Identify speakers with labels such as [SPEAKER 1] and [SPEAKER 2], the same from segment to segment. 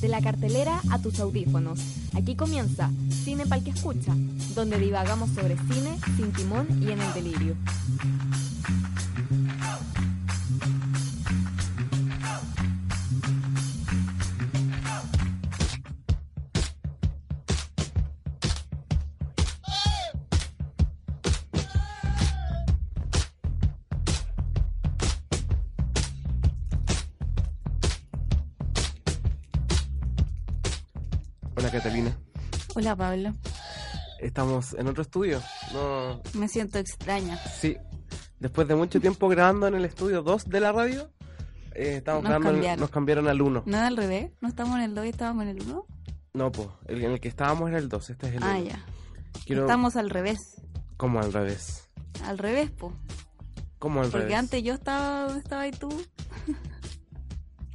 [SPEAKER 1] De la cartelera a tus audífonos. Aquí comienza Cine Pal que Escucha, donde divagamos sobre cine, sin timón y en el delirio.
[SPEAKER 2] Hola Catalina,
[SPEAKER 3] Hola Pablo,
[SPEAKER 2] estamos en otro estudio. No,
[SPEAKER 3] me siento extraña.
[SPEAKER 2] sí, después de mucho tiempo grabando en el estudio 2 de la radio, eh, estamos
[SPEAKER 3] Nos
[SPEAKER 2] grabando en-
[SPEAKER 3] cambiaron.
[SPEAKER 2] nos cambiaron al 1.
[SPEAKER 3] ¿No es al revés? ¿No estamos en el 2 y estábamos en el 1?
[SPEAKER 2] No, pues, el en el que estábamos era el 2, este es el 1.
[SPEAKER 3] Ah, ya.
[SPEAKER 2] Quiero
[SPEAKER 3] Estamos al revés.
[SPEAKER 2] como al revés.
[SPEAKER 3] Al revés, po.
[SPEAKER 2] Como al
[SPEAKER 3] Porque
[SPEAKER 2] revés.
[SPEAKER 3] antes yo estaba donde estaba y tú.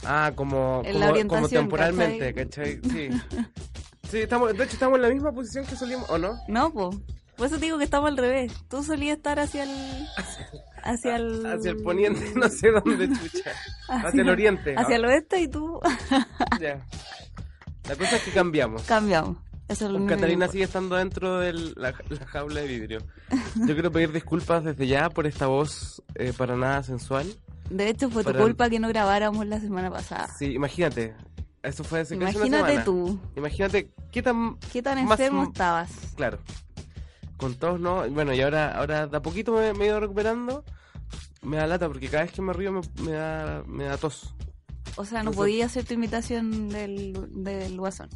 [SPEAKER 2] Ah, como,
[SPEAKER 3] En
[SPEAKER 2] como,
[SPEAKER 3] la
[SPEAKER 2] como
[SPEAKER 3] orientación,
[SPEAKER 2] temporalmente, ¿cachai? Sí. Sí, estamos, de hecho estamos en la misma posición que solíamos, ¿o no?
[SPEAKER 3] No, po. Por eso te digo que estamos al revés. Tú solías estar hacia el. Hacia el.
[SPEAKER 2] Ah, Hacia el poniente, no sé dónde chucha. Hacia, el oriente.
[SPEAKER 3] Hacia
[SPEAKER 2] Ah,
[SPEAKER 3] el oeste y tú
[SPEAKER 2] ya. La cosa es que cambiamos.
[SPEAKER 3] cambiamos. Eso es lo mismo.
[SPEAKER 2] Catalina
[SPEAKER 3] que-
[SPEAKER 2] sigue estando dentro de la, la jaula de vidrio. Yo quiero pedir disculpas desde ya por esta voz eh, para nada sensual.
[SPEAKER 3] De hecho, fue tu
[SPEAKER 2] Para-
[SPEAKER 3] culpa que no grabáramos la semana pasada.
[SPEAKER 2] Sí, imagínate. Eso fue hace casi una
[SPEAKER 3] Imagínate
[SPEAKER 2] semana.
[SPEAKER 3] tú.
[SPEAKER 2] Imagínate qué tan
[SPEAKER 3] ¿Qué tan
[SPEAKER 2] Más-
[SPEAKER 3] enfermo estabas?
[SPEAKER 2] Claro. Con todos no. Y Bueno, y ahora, ahora de a poquito me, me he ido recuperando. Me da lata porque cada vez que me río me, me da, me da tos.
[SPEAKER 3] O sea, no
[SPEAKER 2] Entonces-
[SPEAKER 3] podía hacer tu imitación del, del guasón.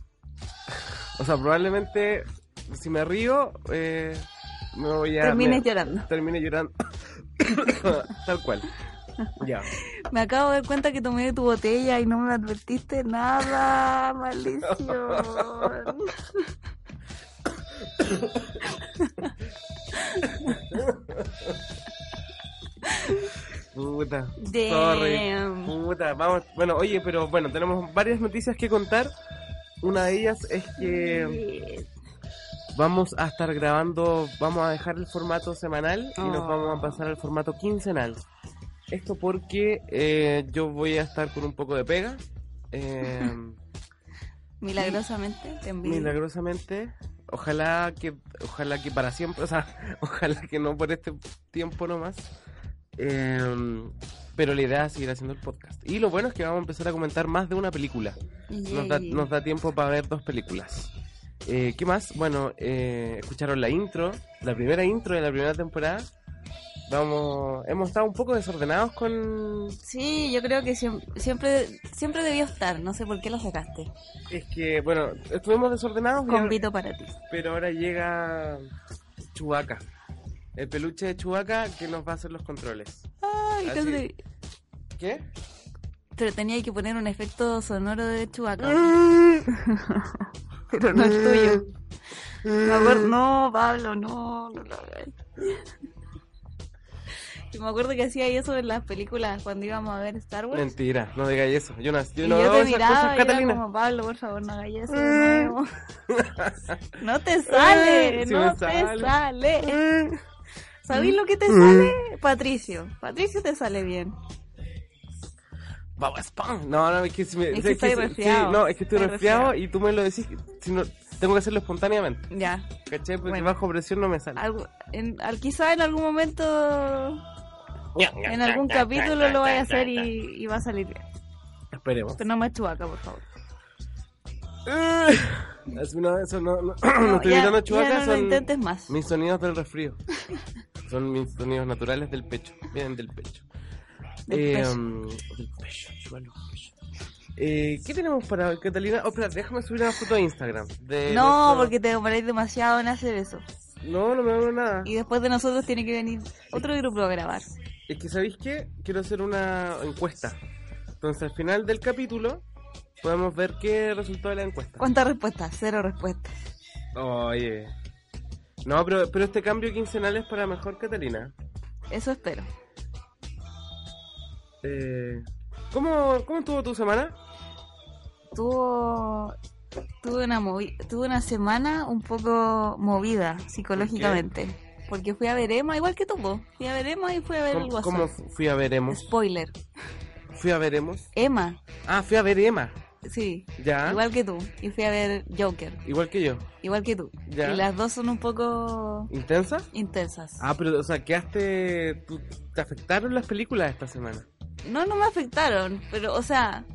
[SPEAKER 2] O sea, probablemente si me río, eh, me voy a.
[SPEAKER 3] Termines
[SPEAKER 2] me-
[SPEAKER 3] llorando.
[SPEAKER 2] Termine llorando. Tal cual. Ya.
[SPEAKER 3] Me acabo de dar cuenta que tomé de tu botella y no me advertiste nada. Maldición.
[SPEAKER 2] Puta.
[SPEAKER 3] Damn.
[SPEAKER 2] Sorry. Puta. Vamos. Bueno, oye, pero bueno, tenemos varias noticias que contar. Una de ellas es que vamos a estar grabando, vamos a dejar el formato semanal y nos
[SPEAKER 3] Oh.
[SPEAKER 2] vamos a pasar al formato quincenal. Esto porque eh, yo voy a estar con un poco de pega. eh,
[SPEAKER 3] Milagrosamente te envidio.
[SPEAKER 2] milagrosamente. Ojalá que, ojalá que para siempre, o sea, ojalá que no por este tiempo nomás. Eh, pero la idea es seguir haciendo el podcast. Y lo bueno es que vamos a empezar a comentar más de una película. Nos da,
[SPEAKER 3] Yay.
[SPEAKER 2] nos da tiempo para ver dos películas. Eh, ¿Qué más? Bueno, eh, escucharon la intro, la primera intro de la primera temporada. Vamos, hemos estado un poco desordenados con...
[SPEAKER 3] Sí, yo creo que siem- siempre siempre debió estar. No sé por qué lo sacaste.
[SPEAKER 2] Es que, bueno, estuvimos desordenados. y ahora-
[SPEAKER 3] Convito para ti.
[SPEAKER 2] Pero ahora llega Chubaca. El peluche de Chubaca que nos va a hacer los controles.
[SPEAKER 3] Ay,
[SPEAKER 2] Así.
[SPEAKER 3] entonces-
[SPEAKER 2] ¿Qué?
[SPEAKER 3] Pero tenía que poner un efecto sonoro de Chubaca.
[SPEAKER 2] Mm.
[SPEAKER 3] Pero no es tuyo. Me acuerdo- no, Pablo, no, no lo hagas. Yo me acuerdo que hacía eso en las películas cuando íbamos a ver Star Wars.
[SPEAKER 2] Mentira, no digáis eso. Yo no, yo
[SPEAKER 3] y
[SPEAKER 2] no
[SPEAKER 3] yo
[SPEAKER 2] hago
[SPEAKER 3] te
[SPEAKER 2] esas
[SPEAKER 3] miraba
[SPEAKER 2] cosas,
[SPEAKER 3] y era
[SPEAKER 2] Catalina. Eh.
[SPEAKER 3] como, Pablo, por favor, no hagas eso. de nuevo". no te sale,
[SPEAKER 2] Sí me
[SPEAKER 3] no te
[SPEAKER 2] sale. Eh.
[SPEAKER 3] sale. ¿Sabéis lo que te sale? Patricio, Patricio te sale bien.
[SPEAKER 2] Vamos, ¡pam! No, no, es que, si me-
[SPEAKER 3] Es
[SPEAKER 2] es
[SPEAKER 3] que estoy
[SPEAKER 2] si-
[SPEAKER 3] resfriado.
[SPEAKER 2] sí, no, es que estoy,
[SPEAKER 3] Estoy
[SPEAKER 2] resfriado,
[SPEAKER 3] resfriado.
[SPEAKER 2] y tú me lo decís. si no- tengo que hacerlo espontáneamente.
[SPEAKER 3] Ya,
[SPEAKER 2] ¿Cachai? Porque
[SPEAKER 3] Bueno. Ah.
[SPEAKER 2] bajo presión no me sale.
[SPEAKER 3] algo, en, al- quizá en algún momento, en algún capítulo lo vaya a hacer y, y va a salir bien.
[SPEAKER 2] Esperemos.
[SPEAKER 3] Pero no más Chubaca, por favor.
[SPEAKER 2] Así no, eso no, no, Ah, no estoy
[SPEAKER 3] ya-
[SPEAKER 2] gritando
[SPEAKER 3] ya
[SPEAKER 2] Chubaca,
[SPEAKER 3] no lo
[SPEAKER 2] son
[SPEAKER 3] intentes más.
[SPEAKER 2] mis sonidos del resfrío. son mis sonidos naturales del pecho, Eh, um, vienen del pecho.
[SPEAKER 3] Del pecho.
[SPEAKER 2] mm, del pecho, chubaca, del pecho. Eh, ¿Qué tenemos para hoy, Catalina? Oh, espera, déjame subir una foto a Instagram. de nuestra-
[SPEAKER 3] No, porque te demoráis demasiado en hacer eso.
[SPEAKER 2] No, no me hago nada.
[SPEAKER 3] Y después de nosotros tiene que venir otro grupo a grabar.
[SPEAKER 2] Es que, ¿sabéis qué? Quiero hacer una encuesta. Entonces, al final del capítulo, podemos ver qué resultó de la encuesta.
[SPEAKER 3] ¿Cuántas respuestas? Cero respuestas.
[SPEAKER 2] Oye. No, pero, pero este cambio quincenal es para mejor, Catalina.
[SPEAKER 3] Eso espero.
[SPEAKER 2] Eh, ¿cómo, ¿Cómo estuvo tu semana?
[SPEAKER 3] Tuvo, tuve, una movi- tuve una semana un poco movida psicológicamente. Porque fui a ver Emma, igual que tú. po. Fui a ver Emma y fui a ver el
[SPEAKER 2] ¿Cómo,
[SPEAKER 3] Guasón.
[SPEAKER 2] cómo fui a veremos?
[SPEAKER 3] Spoiler.
[SPEAKER 2] Fui a veremos.
[SPEAKER 3] Emma,
[SPEAKER 2] Ah, fui a ver Emma.
[SPEAKER 3] sí.
[SPEAKER 2] Ya. Igual,
[SPEAKER 3] Igual que tú. Y fui a ver Joker.
[SPEAKER 2] que yo.
[SPEAKER 3] Igual que tú.
[SPEAKER 2] Ya.
[SPEAKER 3] Y las dos son un poco
[SPEAKER 2] ¿Intensa?
[SPEAKER 3] intensas.
[SPEAKER 2] Ah, pero, o sea, quedaste. tú- ¿Te afectaron las películas esta semana?
[SPEAKER 3] No, no me afectaron, pero, o sea,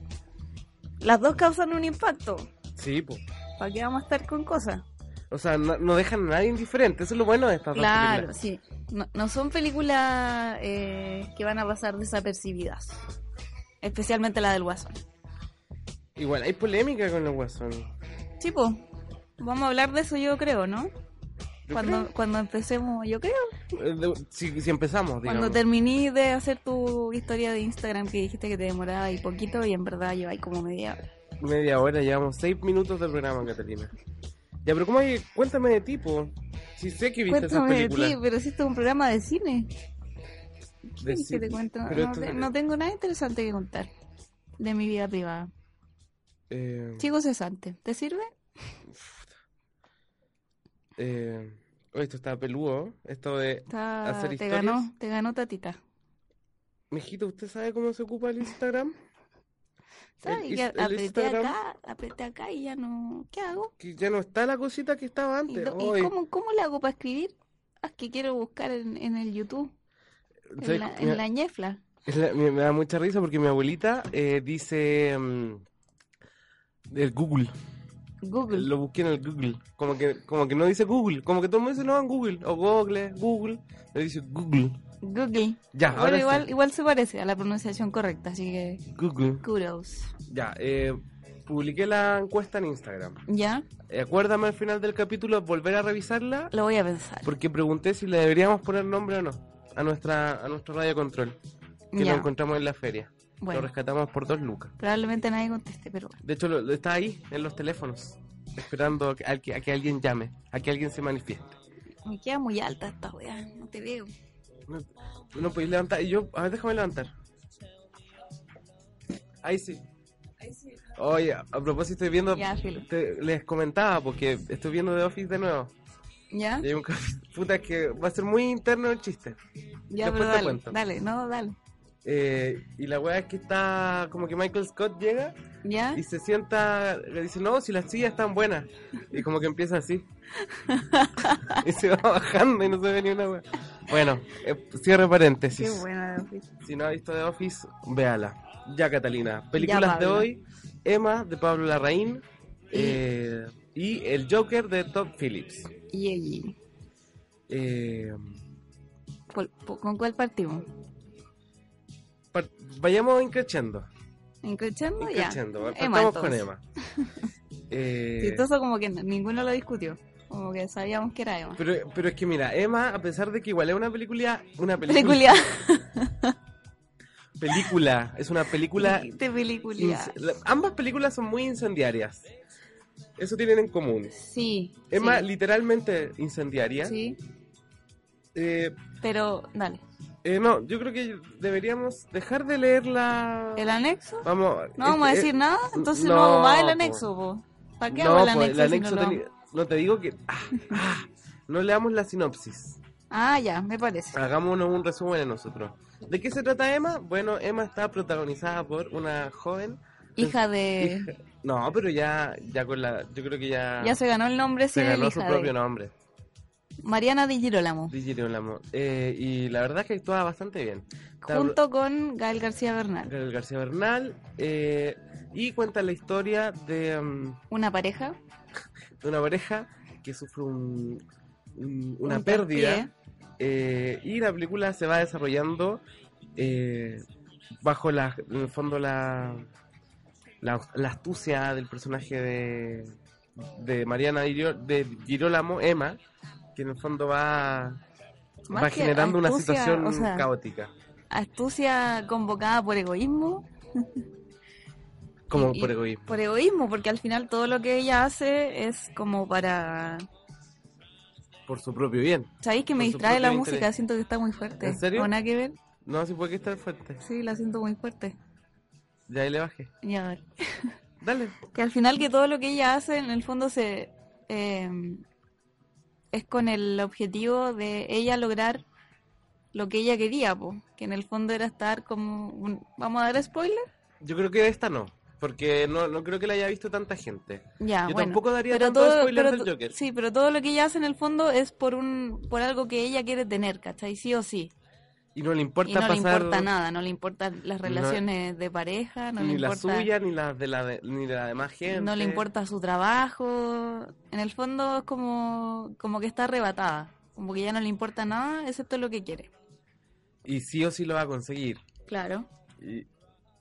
[SPEAKER 3] las dos causan un impacto.
[SPEAKER 2] Sí, pues.
[SPEAKER 3] ¿Para qué vamos a estar con cosas?
[SPEAKER 2] O sea, no, no dejan a nadie indiferente. Eso es lo bueno de estas dos
[SPEAKER 3] Claro,
[SPEAKER 2] películas.
[SPEAKER 3] sí. No, no son películas eh, que van a pasar desapercibidas. Especialmente la del Guasón.
[SPEAKER 2] Igual, hay polémica con los Eh, guasones.
[SPEAKER 3] Sí, po. Vamos a hablar de eso, yo creo, ¿no?
[SPEAKER 2] Yo
[SPEAKER 3] Cuando, cuando empecemos, yo creo.
[SPEAKER 2] creo, eh, de- Si, si empezamos,
[SPEAKER 3] Cuando
[SPEAKER 2] digamos.
[SPEAKER 3] terminé de hacer tu historia de Instagram que dijiste que te demoraba y poquito y en verdad yo ahí como media hora.
[SPEAKER 2] Media hora, llevamos seis minutos del programa, Catalina. Ya, pero ¿cómo hay? Cuéntame de tipo. Si sé que viste esas
[SPEAKER 3] Cuéntame de ti,
[SPEAKER 2] películas.
[SPEAKER 3] pero si esto es un programa de cine.
[SPEAKER 2] De
[SPEAKER 3] Sí,
[SPEAKER 2] cine.
[SPEAKER 3] que te cuento.
[SPEAKER 2] Pero
[SPEAKER 3] No,
[SPEAKER 2] esto-
[SPEAKER 3] te- no tengo nada interesante que contar de mi vida privada.
[SPEAKER 2] eh,
[SPEAKER 3] Sigo cesante. ¿Te sirve?
[SPEAKER 2] eh, oye, esto está peludo. Esto de.
[SPEAKER 3] Está-
[SPEAKER 2] ¿Hacer
[SPEAKER 3] te
[SPEAKER 2] historias?
[SPEAKER 3] ganó, te ganó tatita.
[SPEAKER 2] Mijito, ¿usted sabe cómo se ocupa el Instagram?
[SPEAKER 3] ¿Sabes?
[SPEAKER 2] El
[SPEAKER 3] Ya
[SPEAKER 2] is- el
[SPEAKER 3] apreté
[SPEAKER 2] Instagram.
[SPEAKER 3] acá, apreté acá y ya no. ¿Qué hago?
[SPEAKER 2] Que ya no está la cosita que estaba
[SPEAKER 3] ¿Y,
[SPEAKER 2] antes.
[SPEAKER 3] do- y
[SPEAKER 2] Ay,
[SPEAKER 3] cómo, cómo le hago para escribir? Ah, Es que quiero buscar en, en el YouTube,
[SPEAKER 2] ¿sabes
[SPEAKER 3] en la,
[SPEAKER 2] qué?
[SPEAKER 3] en la ñefla.
[SPEAKER 2] Es la- me, me da mucha risa porque mi abuelita eh, dice mm, el Google.
[SPEAKER 3] Google.
[SPEAKER 2] Lo busqué en el Google. Como que, como que no dice Google. Como que todo el mundo dice no en Google. O Google, Google. Le dice Google.
[SPEAKER 3] Google.
[SPEAKER 2] Ya,
[SPEAKER 3] Bueno,
[SPEAKER 2] ahora
[SPEAKER 3] igual,
[SPEAKER 2] sí.
[SPEAKER 3] igual se parece a la pronunciación correcta, así que
[SPEAKER 2] Google.
[SPEAKER 3] kudos.
[SPEAKER 2] Ya, eh, publiqué la encuesta en Instagram.
[SPEAKER 3] ¿Ya?
[SPEAKER 2] Eh, acuérdame al final del capítulo volver a revisarla
[SPEAKER 3] Lo voy a pensar.
[SPEAKER 2] porque pregunté si le deberíamos poner nombre o no a nuestra a nuestro radio control que
[SPEAKER 3] Ya.
[SPEAKER 2] lo encontramos en la feria.
[SPEAKER 3] Bueno.
[SPEAKER 2] Lo rescatamos por dos lucas.
[SPEAKER 3] Probablemente nadie conteste, pero bueno.
[SPEAKER 2] De hecho, lo- lo- está ahí, en los teléfonos, esperando a que, a que- a que alguien llame, a que alguien se manifieste.
[SPEAKER 3] me queda muy alta esta weá, no te veo.
[SPEAKER 2] No, no podéis levantar. y Yo, a ver, déjame levantar. Ahí sí. Oye, a propósito, estoy viendo.
[SPEAKER 3] Ya, filo.
[SPEAKER 2] te- les comentaba, porque estoy viendo The Office de nuevo.
[SPEAKER 3] ¿Ya?
[SPEAKER 2] Y hay un cap- Puta, es que va a ser muy interno el chiste.
[SPEAKER 3] Ya,
[SPEAKER 2] después
[SPEAKER 3] pero
[SPEAKER 2] te
[SPEAKER 3] dale,
[SPEAKER 2] cuento.
[SPEAKER 3] dale, no, dale.
[SPEAKER 2] Eh, y la weá es que está. Como que Michael Scott llega
[SPEAKER 3] ¿Ya?
[SPEAKER 2] y se sienta, le dice, no, si las sillas están buenas. Y como que empieza así. y se va bajando y no se ve ni una wea. Bueno, eh, cierre
[SPEAKER 3] Qué
[SPEAKER 2] paréntesis.
[SPEAKER 3] buena de
[SPEAKER 2] Si no ha visto The Office, véala. Ya, Catalina.
[SPEAKER 3] Ya,
[SPEAKER 2] Películas de
[SPEAKER 3] Pablo.
[SPEAKER 2] hoy, Emma de Pablo Larraín eh, y El Joker de Todd Phillips.
[SPEAKER 3] Y allí,
[SPEAKER 2] Eh,
[SPEAKER 3] ¿por- por- ¿con cuál partimos?
[SPEAKER 2] par- vayamos increchando.
[SPEAKER 3] ¿En crescendo? Oh, Ya.
[SPEAKER 2] Increchando.
[SPEAKER 3] Emma,
[SPEAKER 2] Partamos con
[SPEAKER 3] entonces.
[SPEAKER 2] Emma. Eh,
[SPEAKER 3] Chistoso como que n- ninguno lo discutió. Como que sabíamos que era Emma.
[SPEAKER 2] Pero, pero es que mira, Emma, a pesar de que igual es una película, una película,
[SPEAKER 3] Película.
[SPEAKER 2] película, es una película,
[SPEAKER 3] De película.
[SPEAKER 2] inc- la- ambas películas son muy incendiarias. Eso tienen en común.
[SPEAKER 3] Sí.
[SPEAKER 2] Emma
[SPEAKER 3] sí,
[SPEAKER 2] literalmente incendiaria.
[SPEAKER 3] sí,
[SPEAKER 2] Eh,
[SPEAKER 3] pero dale.
[SPEAKER 2] eh, no, yo creo que deberíamos dejar de leerla.
[SPEAKER 3] ¿El anexo?
[SPEAKER 2] Vamos.
[SPEAKER 3] No vamos a
[SPEAKER 2] eh,
[SPEAKER 3] decir
[SPEAKER 2] eh,
[SPEAKER 3] nada, entonces no,
[SPEAKER 2] no,
[SPEAKER 3] hago más el
[SPEAKER 2] po.
[SPEAKER 3] anexo, po. ¿Para qué
[SPEAKER 2] no,
[SPEAKER 3] hago el
[SPEAKER 2] pues,
[SPEAKER 3] anexo? si no lo-
[SPEAKER 2] teni- no te digo que ah, ah, no leamos la sinopsis.
[SPEAKER 3] Ah, ya, me parece.
[SPEAKER 2] Hagámonos un resumen a nosotros. ¿De qué se trata Emma? Bueno, Emma está protagonizada por una joven.
[SPEAKER 3] Hija de...
[SPEAKER 2] hija- No, pero ya, ya con la. Yo creo que ya.
[SPEAKER 3] Ya se ganó el nombre, sí,
[SPEAKER 2] se
[SPEAKER 3] del
[SPEAKER 2] ganó
[SPEAKER 3] hija
[SPEAKER 2] su
[SPEAKER 3] de-
[SPEAKER 2] propio nombre.
[SPEAKER 3] Mariana Di Girolamo,
[SPEAKER 2] Di Girolamo. Eh, y la verdad es que actúa bastante bien. Está-
[SPEAKER 3] junto con Gael García Bernal.
[SPEAKER 2] Gael García Bernal. eh, y cuenta la historia de, mm,
[SPEAKER 3] Una pareja.
[SPEAKER 2] de una pareja que sufre un- un- una
[SPEAKER 3] un
[SPEAKER 2] pérdida.
[SPEAKER 3] traspié.
[SPEAKER 2] eh, y la película se va desarrollando eh, bajo la, en el fondo la, la, la astucia del personaje de, de Mariana Giro- de Girolamo, Emma, que en el fondo va,
[SPEAKER 3] Más
[SPEAKER 2] va
[SPEAKER 3] que
[SPEAKER 2] generando una
[SPEAKER 3] astucia,
[SPEAKER 2] situación
[SPEAKER 3] o sea,
[SPEAKER 2] caótica.
[SPEAKER 3] Astucia convocada por egoísmo.
[SPEAKER 2] Como
[SPEAKER 3] y-
[SPEAKER 2] por egoísmo.
[SPEAKER 3] Por egoísmo, porque al final todo lo que ella hace es como para...
[SPEAKER 2] Por su propio bien.
[SPEAKER 3] ¿Sabéis que me
[SPEAKER 2] Por su
[SPEAKER 3] distrae la
[SPEAKER 2] propio
[SPEAKER 3] música?
[SPEAKER 2] interés.
[SPEAKER 3] Siento que está muy fuerte.
[SPEAKER 2] ¿En serio?
[SPEAKER 3] ¿O nada que ver?
[SPEAKER 2] No, si puede que estar fuerte.
[SPEAKER 3] Sí, la siento muy fuerte.
[SPEAKER 2] Ya ahí le bajé.
[SPEAKER 3] Ya, a ver.
[SPEAKER 2] Dale.
[SPEAKER 3] Que al final que todo lo que ella hace en el fondo se eh, es con el objetivo de ella lograr lo que ella quería, po. que en el fondo era estar como... un- ¿Vamos a dar spoiler?
[SPEAKER 2] Yo creo que de esta no. Porque no, no creo que la haya visto tanta gente.
[SPEAKER 3] Ya,
[SPEAKER 2] Yo
[SPEAKER 3] bueno.
[SPEAKER 2] tampoco daría
[SPEAKER 3] pero
[SPEAKER 2] tanto
[SPEAKER 3] todo,
[SPEAKER 2] spoiler
[SPEAKER 3] pero
[SPEAKER 2] del
[SPEAKER 3] to-
[SPEAKER 2] Joker.
[SPEAKER 3] Sí, pero todo lo que ella hace en el fondo es por un por algo que ella quiere tener, ¿cachai? Sí o sí.
[SPEAKER 2] Y no le importa
[SPEAKER 3] Y no le
[SPEAKER 2] pasar
[SPEAKER 3] importa nada, no le importan las
[SPEAKER 2] No-
[SPEAKER 3] relaciones de pareja, no
[SPEAKER 2] ni
[SPEAKER 3] le
[SPEAKER 2] la
[SPEAKER 3] importa...
[SPEAKER 2] suya, ni la de la, de- ni la demás gente.
[SPEAKER 3] No le importa su trabajo. En el fondo es como, como que está arrebatada. Como que ya no le importa nada, excepto lo que quiere.
[SPEAKER 2] Y sí o sí lo va a conseguir.
[SPEAKER 3] Claro.
[SPEAKER 2] Y,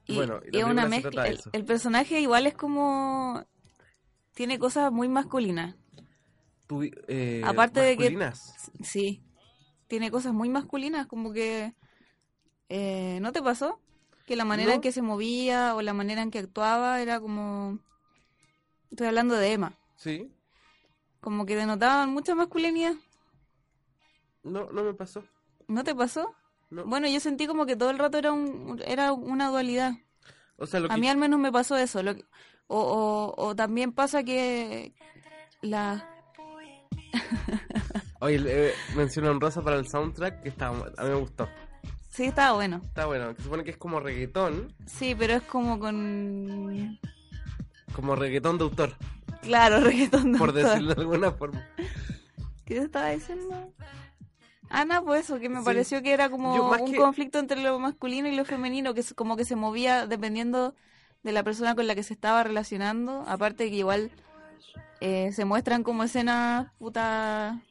[SPEAKER 3] Y,
[SPEAKER 2] bueno,
[SPEAKER 3] y
[SPEAKER 2] la
[SPEAKER 3] es
[SPEAKER 2] película
[SPEAKER 3] una
[SPEAKER 2] se trata
[SPEAKER 3] mezcla.
[SPEAKER 2] de
[SPEAKER 3] El,
[SPEAKER 2] eso.
[SPEAKER 3] el personaje igual es como. Tiene cosas muy masculinas.
[SPEAKER 2] Tú, eh,
[SPEAKER 3] aparte de que-
[SPEAKER 2] masculinas.
[SPEAKER 3] Sí. Tiene cosas muy masculinas, como que. eh, ¿No te pasó? Que la manera
[SPEAKER 2] No.
[SPEAKER 3] en que se movía o la manera en que actuaba era como. Estoy hablando de Emma.
[SPEAKER 2] Sí.
[SPEAKER 3] Como que denotaban mucha masculinidad.
[SPEAKER 2] No, no me pasó.
[SPEAKER 3] ¿No te pasó?
[SPEAKER 2] No.
[SPEAKER 3] Bueno, yo sentí como que todo el rato era un, era una dualidad.
[SPEAKER 2] o sea, lo
[SPEAKER 3] A
[SPEAKER 2] que-
[SPEAKER 3] mí al menos me pasó eso. lo que- o, o- o también pasa que la...
[SPEAKER 2] Oye, le- eh, menciono a Rosa para el soundtrack que está, a mí me gustó.
[SPEAKER 3] Sí, estaba bueno.
[SPEAKER 2] Está bueno, que se supone que es como reggaetón,
[SPEAKER 3] Sí, pero es como con...
[SPEAKER 2] como reggaetón de autor,
[SPEAKER 3] Claro, reggaetón de
[SPEAKER 2] por
[SPEAKER 3] autor.
[SPEAKER 2] decirlo de alguna forma.
[SPEAKER 3] ¿Qué te estaba diciendo? Ah, no, pues eso, que me
[SPEAKER 2] Sí.
[SPEAKER 3] pareció que era como
[SPEAKER 2] Yo, más
[SPEAKER 3] un
[SPEAKER 2] que-
[SPEAKER 3] conflicto entre lo masculino y lo femenino, que es como que se movía dependiendo de la persona con la que se estaba relacionando. Aparte que igual eh, se muestran como escenas puta...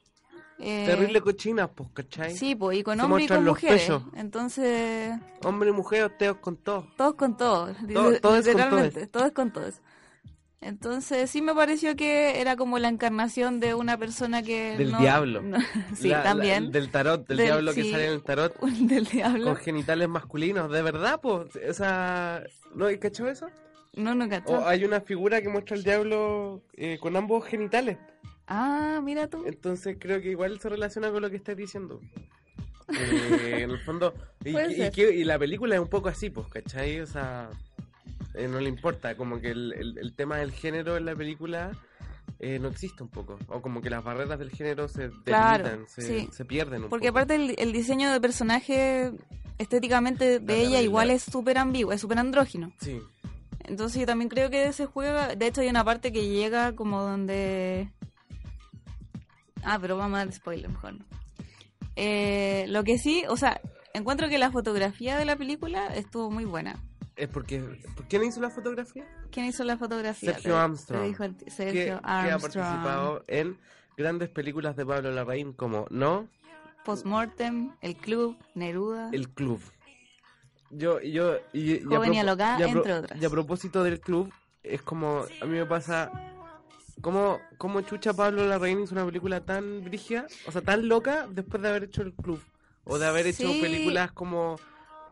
[SPEAKER 3] eh,
[SPEAKER 2] Terrible cochinas, pues, ¿cachai?
[SPEAKER 3] Sí, pues, y con
[SPEAKER 2] Se
[SPEAKER 3] hombres y
[SPEAKER 2] muestran
[SPEAKER 3] con
[SPEAKER 2] los
[SPEAKER 3] mujeres.
[SPEAKER 2] pechos.
[SPEAKER 3] Entonces,
[SPEAKER 2] Hombre y mujer, teos con todo.
[SPEAKER 3] todos con todos.
[SPEAKER 2] Todo- todo es con
[SPEAKER 3] literalmente, todos con todos. Entonces, sí me pareció que era como la encarnación de una persona que.
[SPEAKER 2] Del
[SPEAKER 3] no-
[SPEAKER 2] diablo.
[SPEAKER 3] no- sí,
[SPEAKER 2] La- la-
[SPEAKER 3] también.
[SPEAKER 2] del tarot, del,
[SPEAKER 3] Del-
[SPEAKER 2] diablo que
[SPEAKER 3] sí.
[SPEAKER 2] sale en el tarot.
[SPEAKER 3] del... diablo.
[SPEAKER 2] Con genitales masculinos, de verdad, pues. Esa... ¿No hay cachado eso?
[SPEAKER 3] No, no cachó.
[SPEAKER 2] O hay una figura que muestra al diablo eh, con ambos genitales.
[SPEAKER 3] Ah, mira tú.
[SPEAKER 2] Entonces creo que igual se relaciona con lo que estás diciendo. Eh, en el fondo. Y,
[SPEAKER 3] Puede
[SPEAKER 2] y-
[SPEAKER 3] ser.
[SPEAKER 2] que- y la película es un poco así, pues, ¿cachai? O sea, eh, no le importa. Como que el, el- el tema del género en la película eh, no existe un poco. O como que las barreras del género se delimitan,
[SPEAKER 3] Claro,
[SPEAKER 2] se,
[SPEAKER 3] sí.
[SPEAKER 2] se pierden un
[SPEAKER 3] Porque
[SPEAKER 2] poco.
[SPEAKER 3] aparte el, el diseño de personaje estéticamente
[SPEAKER 2] Está
[SPEAKER 3] de ella igual
[SPEAKER 2] terrible.
[SPEAKER 3] es súper ambiguo, es súper andrógino.
[SPEAKER 2] Sí,
[SPEAKER 3] Entonces yo también creo que se juega. De hecho hay una parte que llega como donde. Ah, pero vamos a dar spoiler mejor. no. Eh, lo que sí, o sea, encuentro que la fotografía de la película estuvo muy buena.
[SPEAKER 2] es porque. ¿Por quién hizo la fotografía?
[SPEAKER 3] ¿Quién hizo la fotografía?
[SPEAKER 2] Sergio
[SPEAKER 3] Te-
[SPEAKER 2] Armstrong.
[SPEAKER 3] te dijo el t-
[SPEAKER 2] Que,
[SPEAKER 3] Sergio
[SPEAKER 2] que ha
[SPEAKER 3] Armstrong.
[SPEAKER 2] participado en grandes películas de Pablo Larraín como No,
[SPEAKER 3] Postmortem, El Club, Neruda.
[SPEAKER 2] El club. Yo, yo, y, y a
[SPEAKER 3] Joven y
[SPEAKER 2] propo-
[SPEAKER 3] alocada,
[SPEAKER 2] a pro-
[SPEAKER 3] entre otras.
[SPEAKER 2] y a propósito del club, es como, a mí me pasa, como, como Chucha Pablo Larraín hizo una película tan brigia, o sea, tan loca, después de haber hecho el club. O de haber hecho
[SPEAKER 3] Sí.
[SPEAKER 2] películas como,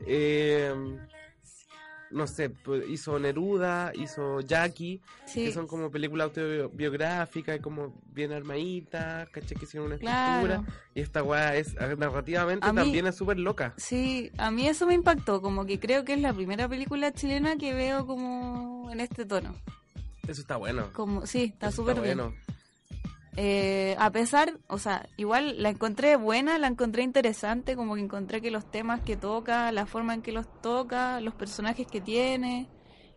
[SPEAKER 2] eh, no sé, pues, hizo Neruda, hizo Jackie,
[SPEAKER 3] Sí.
[SPEAKER 2] que son como películas autobiográficas, como bien armaditas, caché que hicieron una
[SPEAKER 3] Claro.
[SPEAKER 2] estructura. Y esta weá es, ah, narrativamente
[SPEAKER 3] A mí-
[SPEAKER 2] también es súper loca.
[SPEAKER 3] Sí, a mí eso me impactó, como que creo que es la primera película chilena que veo como en este tono.
[SPEAKER 2] Eso está bueno.
[SPEAKER 3] Como, sí, está
[SPEAKER 2] Eso
[SPEAKER 3] súper bien.
[SPEAKER 2] bueno.
[SPEAKER 3] Eh, a pesar, o sea, igual la encontré buena, la encontré interesante, como que encontré que los temas que toca, la forma en que los toca, los personajes que tiene,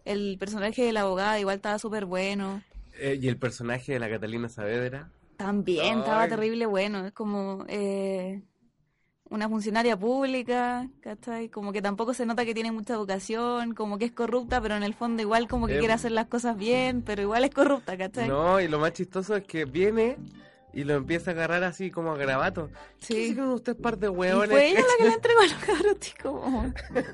[SPEAKER 3] el personaje de la abogada igual estaba súper bueno.
[SPEAKER 2] Eh, y el personaje de la Catalina Saavedra.
[SPEAKER 3] También
[SPEAKER 2] Ay.
[SPEAKER 3] estaba terrible bueno, es como eh, una funcionaria pública, ¿cachai? Como que tampoco se nota que tiene mucha educación, como que es corrupta, pero en el fondo igual como que
[SPEAKER 2] Eh,
[SPEAKER 3] quiere hacer las cosas bien, pero igual es corrupta, ¿cachai?
[SPEAKER 2] No, y lo más chistoso es que viene y lo empieza a agarrar así como a grabato. ¿Qué
[SPEAKER 3] Sí.
[SPEAKER 2] hicieron ustedes par de
[SPEAKER 3] Y
[SPEAKER 2] hueones?
[SPEAKER 3] fue ella la que le entregó a los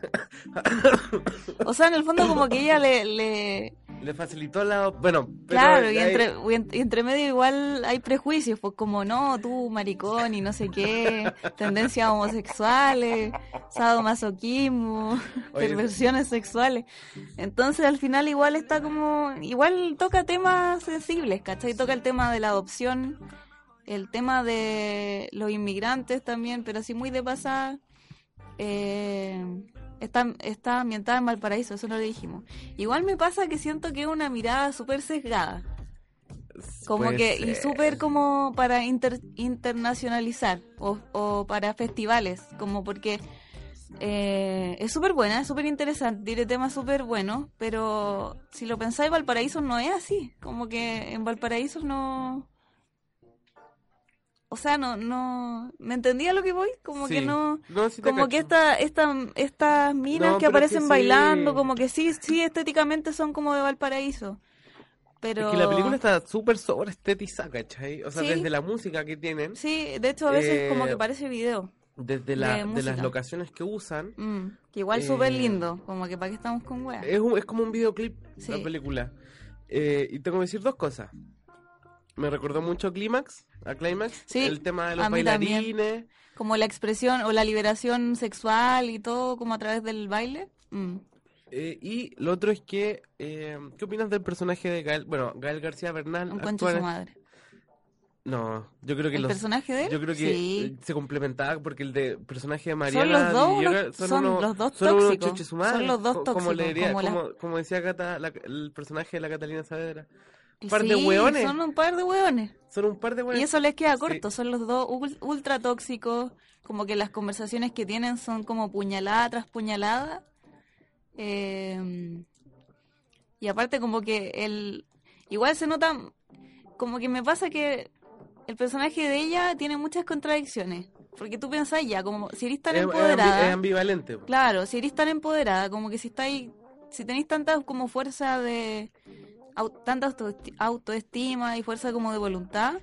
[SPEAKER 3] cabros chicos. O sea, en el fondo como que ella le, le,
[SPEAKER 2] Le facilitó la... Bueno, pero
[SPEAKER 3] Claro,
[SPEAKER 2] ahí-
[SPEAKER 3] y entre, y en- y entre medio igual hay prejuicios, pues como no, tú maricón y no sé qué, tendencias homosexuales, sadomasoquismo,
[SPEAKER 2] Oye,
[SPEAKER 3] perversiones sexuales. Entonces al final igual está como, igual toca temas sensibles, ¿cachai? Toca el tema de la adopción, el tema de los inmigrantes también, pero así muy de pasada. Eh, está, está ambientada en Valparaíso, eso no lo dijimos. Igual me pasa que siento que es una mirada súper sesgada. Como
[SPEAKER 2] puede
[SPEAKER 3] que, y
[SPEAKER 2] ser.
[SPEAKER 3] súper como para inter- internacionalizar o, o para festivales, como porque eh, es súper buena, es súper interesante, tiene temas súper buenos, pero si lo pensáis, Valparaíso no es así, como que en Valparaíso no... O sea, no, no... ¿Me entendía lo que voy? Como que
[SPEAKER 2] Sí.
[SPEAKER 3] no...
[SPEAKER 2] sí te
[SPEAKER 3] Como que
[SPEAKER 2] cacho.
[SPEAKER 3] esta, esta, estas minas
[SPEAKER 2] No,
[SPEAKER 3] que
[SPEAKER 2] pero es que
[SPEAKER 3] aparecen
[SPEAKER 2] sí.
[SPEAKER 3] bailando, como que sí, sí, estéticamente son como de Valparaíso. Pero...
[SPEAKER 2] Es que la película está súper sobreestetizada, ¿cachai? O sea,
[SPEAKER 3] Sí.
[SPEAKER 2] desde la música que tienen,
[SPEAKER 3] Sí, de hecho a veces
[SPEAKER 2] Eh,
[SPEAKER 3] como que parece video.
[SPEAKER 2] desde la-
[SPEAKER 3] de
[SPEAKER 2] de,
[SPEAKER 3] música.
[SPEAKER 2] las locaciones que usan,
[SPEAKER 3] Mm, que igual
[SPEAKER 2] eh,
[SPEAKER 3] súper lindo, como que para qué estamos con weas.
[SPEAKER 2] es, un- es como un videoclip
[SPEAKER 3] Sí.
[SPEAKER 2] la película. Eh, y tengo que decir dos cosas. Me recordó mucho a Clímax, a Climax,
[SPEAKER 3] Sí,
[SPEAKER 2] el tema de los
[SPEAKER 3] a mí también.
[SPEAKER 2] bailarines.
[SPEAKER 3] Como la expresión o la liberación sexual y todo como a través del baile. Mm.
[SPEAKER 2] eh, y lo otro es que, eh, ¿qué opinas del personaje de Gael? Bueno, Gael García Bernal.
[SPEAKER 3] Un concho
[SPEAKER 2] actúa
[SPEAKER 3] de
[SPEAKER 2] en-
[SPEAKER 3] su madre.
[SPEAKER 2] No, yo creo que
[SPEAKER 3] ¿El
[SPEAKER 2] los,
[SPEAKER 3] personaje de él?
[SPEAKER 2] Yo creo que eh,
[SPEAKER 3] Sí.
[SPEAKER 2] se complementaba porque el de personaje de
[SPEAKER 3] Son
[SPEAKER 2] Mariana
[SPEAKER 3] los dos,
[SPEAKER 2] Villegas
[SPEAKER 3] unos-
[SPEAKER 2] son,
[SPEAKER 3] son,
[SPEAKER 2] unos-
[SPEAKER 3] los dos
[SPEAKER 2] son unos
[SPEAKER 3] tóxicos.
[SPEAKER 2] chuches su madre.
[SPEAKER 3] Son los dos
[SPEAKER 2] Co-
[SPEAKER 3] tóxicos.
[SPEAKER 2] Como, le diría-
[SPEAKER 3] como la-
[SPEAKER 2] como- como decía Cata, la- el personaje de la Catalina Saavedra.
[SPEAKER 3] Sí,
[SPEAKER 2] eh, par de hueones.
[SPEAKER 3] Son un par de hueones.
[SPEAKER 2] Son un par de buenas.
[SPEAKER 3] Y eso les queda
[SPEAKER 2] sí.
[SPEAKER 3] corto, son los dos ul- ultra tóxicos, como que las conversaciones que tienen son como puñalada tras puñalada. Eh, y aparte como que el... Igual se nota, como que me pasa que el personaje de ella tiene muchas contradicciones, porque tú pensás ya, como si eres tan
[SPEAKER 2] Es- es ambi-
[SPEAKER 3] empoderada...
[SPEAKER 2] es eh, ambivalente. po.
[SPEAKER 3] Claro, si eres tan empoderada, como que si estáis, si tenéis tanta como fuerza de, au- tanta autoesti- autoestima y fuerza como de voluntad,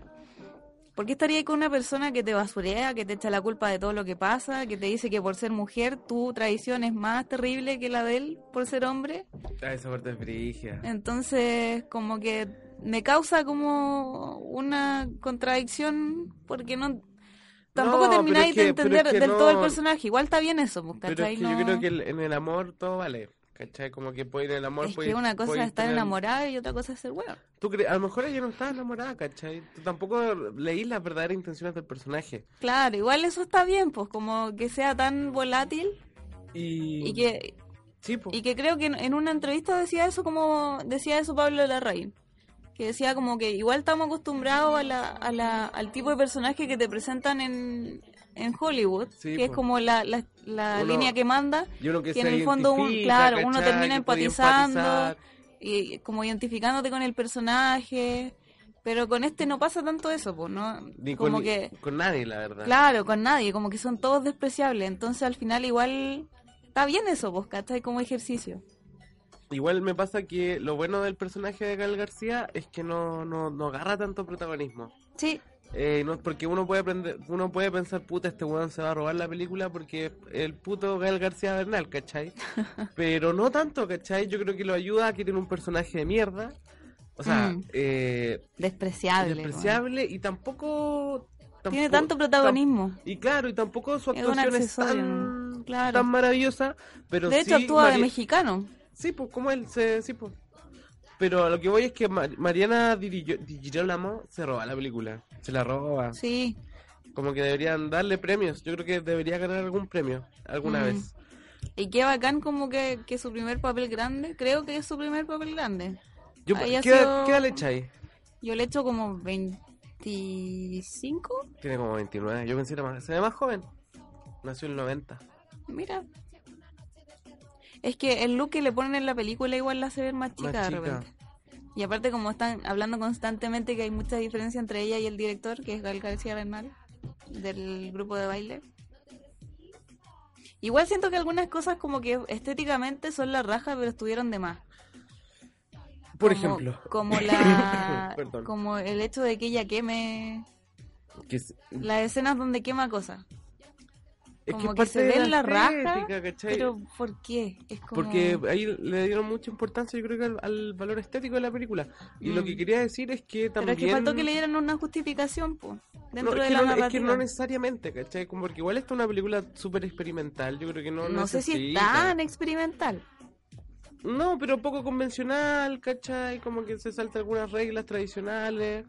[SPEAKER 3] ¿por qué estarías con una persona que te basurea, que te echa la culpa de todo lo que pasa, que te dice que por ser mujer tu traición es más terrible que la de él por ser hombre?
[SPEAKER 2] Ah, esa parte es brígida.
[SPEAKER 3] Entonces, como que me causa como una contradicción porque no... Tampoco
[SPEAKER 2] No, pero
[SPEAKER 3] termináis
[SPEAKER 2] es que-
[SPEAKER 3] de
[SPEAKER 2] pero es
[SPEAKER 3] entender
[SPEAKER 2] que
[SPEAKER 3] del todo el
[SPEAKER 2] no-
[SPEAKER 3] personaje. Igual está bien eso, pues,
[SPEAKER 2] Pero
[SPEAKER 3] ¿cachai?
[SPEAKER 2] es que yo
[SPEAKER 3] No-
[SPEAKER 2] creo que el- en el amor todo vale. ¿Cachai? Como que puede ir en el amor.
[SPEAKER 3] Es
[SPEAKER 2] puede-
[SPEAKER 3] que una cosa
[SPEAKER 2] puede
[SPEAKER 3] es estar
[SPEAKER 2] tener-
[SPEAKER 3] enamorada y otra cosa es ser hueón.
[SPEAKER 2] Tú cre- A lo mejor ella no estaba enamorada, ¿cachai? Tú tampoco leí las verdaderas intenciones del personaje.
[SPEAKER 3] Claro, igual eso está bien, pues como que sea tan volátil
[SPEAKER 2] Y.
[SPEAKER 3] y que
[SPEAKER 2] Sí, po.
[SPEAKER 3] y que creo que en- en una entrevista decía eso como decía eso Pablo Larraín, que decía como que igual estamos acostumbrados a la, a la- al tipo de personaje que te presentan en, en Hollywood,
[SPEAKER 2] Sí,
[SPEAKER 3] que es
[SPEAKER 2] pues.
[SPEAKER 3] como la, la, la
[SPEAKER 2] Uno-
[SPEAKER 3] línea que manda
[SPEAKER 2] Y uno que,
[SPEAKER 3] que en
[SPEAKER 2] se
[SPEAKER 3] el fondo un-
[SPEAKER 2] identifica,
[SPEAKER 3] claro, uno
[SPEAKER 2] ¿cachai?
[SPEAKER 3] termina
[SPEAKER 2] Que podía
[SPEAKER 3] empatizando.
[SPEAKER 2] empatizar.
[SPEAKER 3] y como identificándote con el personaje, pero con este no pasa tanto eso, pues no
[SPEAKER 2] Ni
[SPEAKER 3] como
[SPEAKER 2] con,
[SPEAKER 3] que
[SPEAKER 2] con nadie, la verdad.
[SPEAKER 3] Claro, con nadie, como que son todos despreciables. Entonces al final igual está bien eso, vos, ¿cachai? Como ejercicio.
[SPEAKER 2] Igual me pasa que lo bueno del personaje de Gal García es que no, no, no agarra tanto protagonismo.
[SPEAKER 3] Sí,
[SPEAKER 2] Eh, no, porque uno puede aprender, uno puede pensar, puta, este weón se va a robar la película porque el puto Gal García Bernal, ¿cachai? Pero no tanto, ¿cachai? Yo creo que lo ayuda a que tiene un personaje de mierda. O sea,
[SPEAKER 3] Mm.
[SPEAKER 2] eh,
[SPEAKER 3] despreciable. weón.
[SPEAKER 2] despreciable y tampoco,
[SPEAKER 3] Tiene
[SPEAKER 2] tampoco-
[SPEAKER 3] tanto protagonismo.
[SPEAKER 2] Y claro, y tampoco su
[SPEAKER 3] Es un
[SPEAKER 2] actuación es
[SPEAKER 3] accesorio,
[SPEAKER 2] tan,
[SPEAKER 3] claro.
[SPEAKER 2] tan maravillosa. Pero
[SPEAKER 3] De hecho,
[SPEAKER 2] sí,
[SPEAKER 3] actúa de
[SPEAKER 2] Mari-
[SPEAKER 3] mexicano.
[SPEAKER 2] Sí, pues, como él, se, sí, pues. Pero a lo que voy es que Mar- Mariana Di Giro- Di Girolamo se roba la película. Se la roba.
[SPEAKER 3] Sí,
[SPEAKER 2] Como que deberían darle premios. Yo creo que debería ganar algún premio alguna
[SPEAKER 3] Mm.
[SPEAKER 2] vez.
[SPEAKER 3] y qué bacán como que, que su primer papel grande, creo que es su primer papel grande.
[SPEAKER 2] Yo,
[SPEAKER 3] Ahí ha
[SPEAKER 2] ¿qué, edad-
[SPEAKER 3] sido-
[SPEAKER 2] qué edad le echáis?
[SPEAKER 3] Yo le echo como 25,
[SPEAKER 2] Tiene como 29. Yo pensé que era más, se ve más joven. Nació en el 90.
[SPEAKER 3] mira. Es que el look que le ponen en la película igual la hace ver más chica,
[SPEAKER 2] Más
[SPEAKER 3] de
[SPEAKER 2] chica.
[SPEAKER 3] repente. Y aparte como están hablando constantemente que hay mucha diferencia entre ella y el director, que es Gal García Bernal, del grupo de baile. Igual siento que algunas cosas como que estéticamente son la raja, pero estuvieron de más.
[SPEAKER 2] Por
[SPEAKER 3] Como-
[SPEAKER 2] ejemplo.
[SPEAKER 3] Como la
[SPEAKER 2] Perdón.
[SPEAKER 3] como el hecho de que ella queme
[SPEAKER 2] Que es-
[SPEAKER 3] las escenas donde quema cosas.
[SPEAKER 2] Es
[SPEAKER 3] Como que
[SPEAKER 2] parte
[SPEAKER 3] se
[SPEAKER 2] de
[SPEAKER 3] ve en la raja,
[SPEAKER 2] estética, ¿cachai?
[SPEAKER 3] Pero ¿por qué? Es como...
[SPEAKER 2] Porque ahí le dieron mucha importancia, yo creo que al, al valor estético de la película. Y lo
[SPEAKER 3] Mm.
[SPEAKER 2] que quería decir es que
[SPEAKER 3] Pero
[SPEAKER 2] también.
[SPEAKER 3] es que faltó que le dieran una justificación, pues, dentro
[SPEAKER 2] no,
[SPEAKER 3] de
[SPEAKER 2] es que
[SPEAKER 3] la
[SPEAKER 2] no,
[SPEAKER 3] narrativa.
[SPEAKER 2] Es que no necesariamente, ¿cachai? Como porque igual esta es una película súper experimental. Yo creo que no.
[SPEAKER 3] No sé si es
[SPEAKER 2] necesita.
[SPEAKER 3] tan experimental.
[SPEAKER 2] No, pero poco convencional, ¿cachai? Como que se salta algunas reglas tradicionales.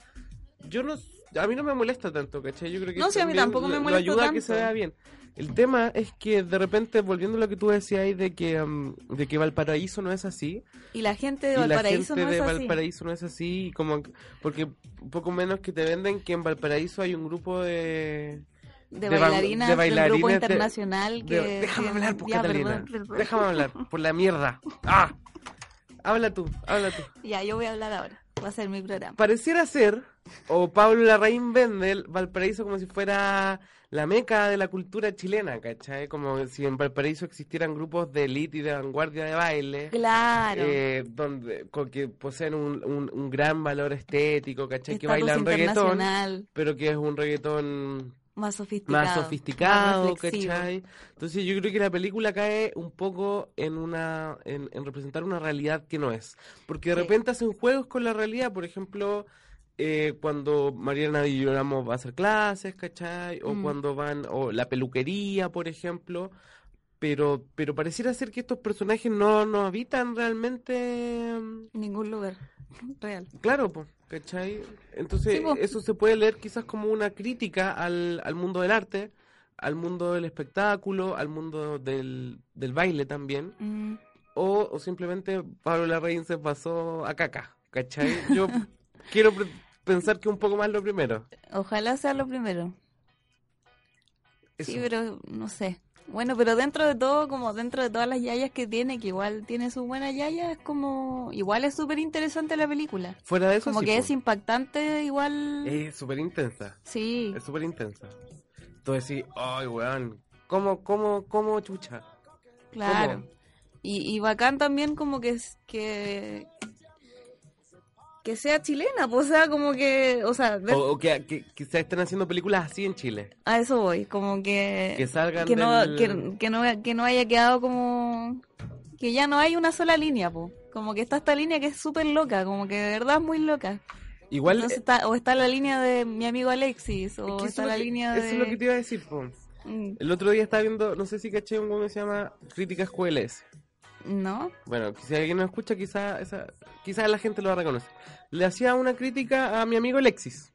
[SPEAKER 2] Yo no. A mí no me molesta tanto, ¿cachai? Yo creo que
[SPEAKER 3] No, sí, a mí
[SPEAKER 2] también
[SPEAKER 3] tampoco me
[SPEAKER 2] lo- lo
[SPEAKER 3] molesta
[SPEAKER 2] ayuda a que se
[SPEAKER 3] tanto.
[SPEAKER 2] vea bien. El tema es que de repente, volviendo a lo que tú decías ahí de que, mm, de que Valparaíso no es así,
[SPEAKER 3] Y la gente de
[SPEAKER 2] y la
[SPEAKER 3] Valparaíso
[SPEAKER 2] gente
[SPEAKER 3] no
[SPEAKER 2] de
[SPEAKER 3] es así.
[SPEAKER 2] Valparaíso no es así, y como porque poco menos que te venden que en Valparaíso hay un grupo de
[SPEAKER 3] De,
[SPEAKER 2] de ba-
[SPEAKER 3] bailarinas,
[SPEAKER 2] de
[SPEAKER 3] del grupo
[SPEAKER 2] bailarines de-
[SPEAKER 3] internacional que...
[SPEAKER 2] de- déjame hablar, pues,
[SPEAKER 3] Ya,
[SPEAKER 2] Catalina.
[SPEAKER 3] perdón, perdón.
[SPEAKER 2] Déjame hablar por la mierda. Ah. Habla tú, habla tú.
[SPEAKER 3] Ya, yo voy a hablar ahora. Va a ser mi programa.
[SPEAKER 2] Pareciera ser o Pablo Larraín vende el Valparaíso como si fuera la meca de la cultura chilena, ¿cachai? Como si en Valparaíso existieran grupos de élite y de vanguardia de baile.
[SPEAKER 3] Claro.
[SPEAKER 2] eh, donde con que poseen un, un- un gran valor estético, ¿cachai? Que
[SPEAKER 3] Estatus
[SPEAKER 2] bailan reggaetón,
[SPEAKER 3] internacional,
[SPEAKER 2] pero que es un reggaetón
[SPEAKER 3] más sofisticado.
[SPEAKER 2] más sofisticado,
[SPEAKER 3] más flexible.
[SPEAKER 2] ¿cachai? Entonces yo creo que la película cae un poco en una en, en representar una realidad que no es. Porque de
[SPEAKER 3] Sí.
[SPEAKER 2] repente hacen juegos con la realidad, por ejemplo, eh, cuando Mariana y Lloramo va a hacer clases, ¿cachai? O
[SPEAKER 3] Mm.
[SPEAKER 2] cuando van, o la peluquería, por ejemplo. Pero, pero pareciera ser que estos personajes no, no habitan realmente... mm,
[SPEAKER 3] En ningún lugar. Real.
[SPEAKER 2] Claro, po, ¿cachai? Entonces,
[SPEAKER 3] Sí, po.
[SPEAKER 2] eso se puede leer quizás como una crítica al, al mundo del arte, al mundo del espectáculo, al mundo del, del baile también,
[SPEAKER 3] Mm.
[SPEAKER 2] o, o simplemente Pablo Larraín se pasó a caca, ¿cachai? Yo quiero pre- pensar que un poco más lo primero.
[SPEAKER 3] Ojalá sea lo primero.
[SPEAKER 2] Eso.
[SPEAKER 3] Sí, pero no sé. Bueno, pero dentro de todo, como dentro de todas las yayas que tiene, que igual tiene su buena yaya, es como... Igual es súper interesante la película.
[SPEAKER 2] Fuera de eso,
[SPEAKER 3] Como
[SPEAKER 2] sí,
[SPEAKER 3] que
[SPEAKER 2] po.
[SPEAKER 3] es impactante igual...
[SPEAKER 2] es súper intensa.
[SPEAKER 3] sí.
[SPEAKER 2] Es súper intensa. Tú decís, ay, weón, ¿cómo, cómo, cómo chucha?
[SPEAKER 3] Claro.
[SPEAKER 2] ¿Cómo?
[SPEAKER 3] Y, y bacán también como que es- que que sea chilena, pues, o sea, como que, o sea, ver-
[SPEAKER 2] O, o que, que, que se están haciendo películas así en Chile.
[SPEAKER 3] a eso voy, como que
[SPEAKER 2] Que salgan
[SPEAKER 3] que no
[SPEAKER 2] del-
[SPEAKER 3] que, que no que no haya quedado como que ya no hay una sola línea, pues. Como que está esta línea que es súper loca, como que de verdad es muy loca.
[SPEAKER 2] Igual,
[SPEAKER 3] Entonces está- o está la línea de mi amigo Alexis, o
[SPEAKER 2] que
[SPEAKER 3] está
[SPEAKER 2] eso
[SPEAKER 3] la
[SPEAKER 2] es lo que-
[SPEAKER 3] línea
[SPEAKER 2] eso
[SPEAKER 3] de...
[SPEAKER 2] es lo que te iba a decir, po.
[SPEAKER 3] Mm,
[SPEAKER 2] El otro día estaba viendo, no sé si caché un weón que se llama Críticas QLS.
[SPEAKER 3] mm, ¿No?
[SPEAKER 2] Bueno, si alguien no escucha, quizá, esa, quizá la gente lo va a reconocer. Le hacía una crítica a mi amigo Alexis.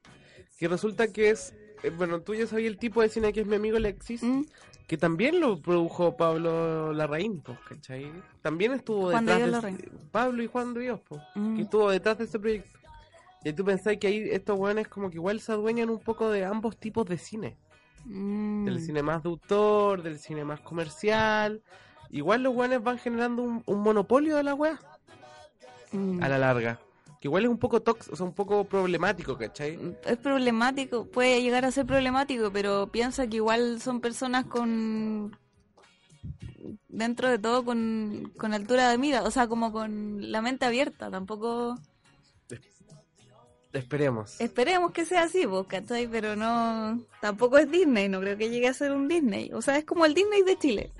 [SPEAKER 2] Que resulta que es. eh, bueno, tú ya sabías el tipo de cine que es mi amigo Alexis.
[SPEAKER 3] Mm,
[SPEAKER 2] Que también lo produjo Pablo Larraín, pues, ¿cachai? También estuvo detrás.
[SPEAKER 3] Juan de Dios
[SPEAKER 2] de-
[SPEAKER 3] Larraín.
[SPEAKER 2] Pablo y Juan de Dios, pues.
[SPEAKER 3] Mm.
[SPEAKER 2] Que estuvo detrás de ese proyecto. Y tú pensás que ahí estos weones, como que igual se adueñan un poco de ambos tipos de cine.
[SPEAKER 3] mm.
[SPEAKER 2] del cine más de autor, del cine más comercial. Igual los guanes van generando un, un monopolio de la weá
[SPEAKER 3] Mm.
[SPEAKER 2] a la larga. Que igual es un poco tóxico, o sea, un poco problemático, ¿cachai?
[SPEAKER 3] es problemático, puede llegar a ser problemático, pero piensa que igual son personas con dentro de todo con, con altura de mira, o sea, como con la mente abierta, tampoco
[SPEAKER 2] Esperemos.
[SPEAKER 3] esperemos que sea así, vos, ¿cachai? Pero no, tampoco es Disney, no creo que llegue a ser un Disney, o sea, es como el Disney de Chile.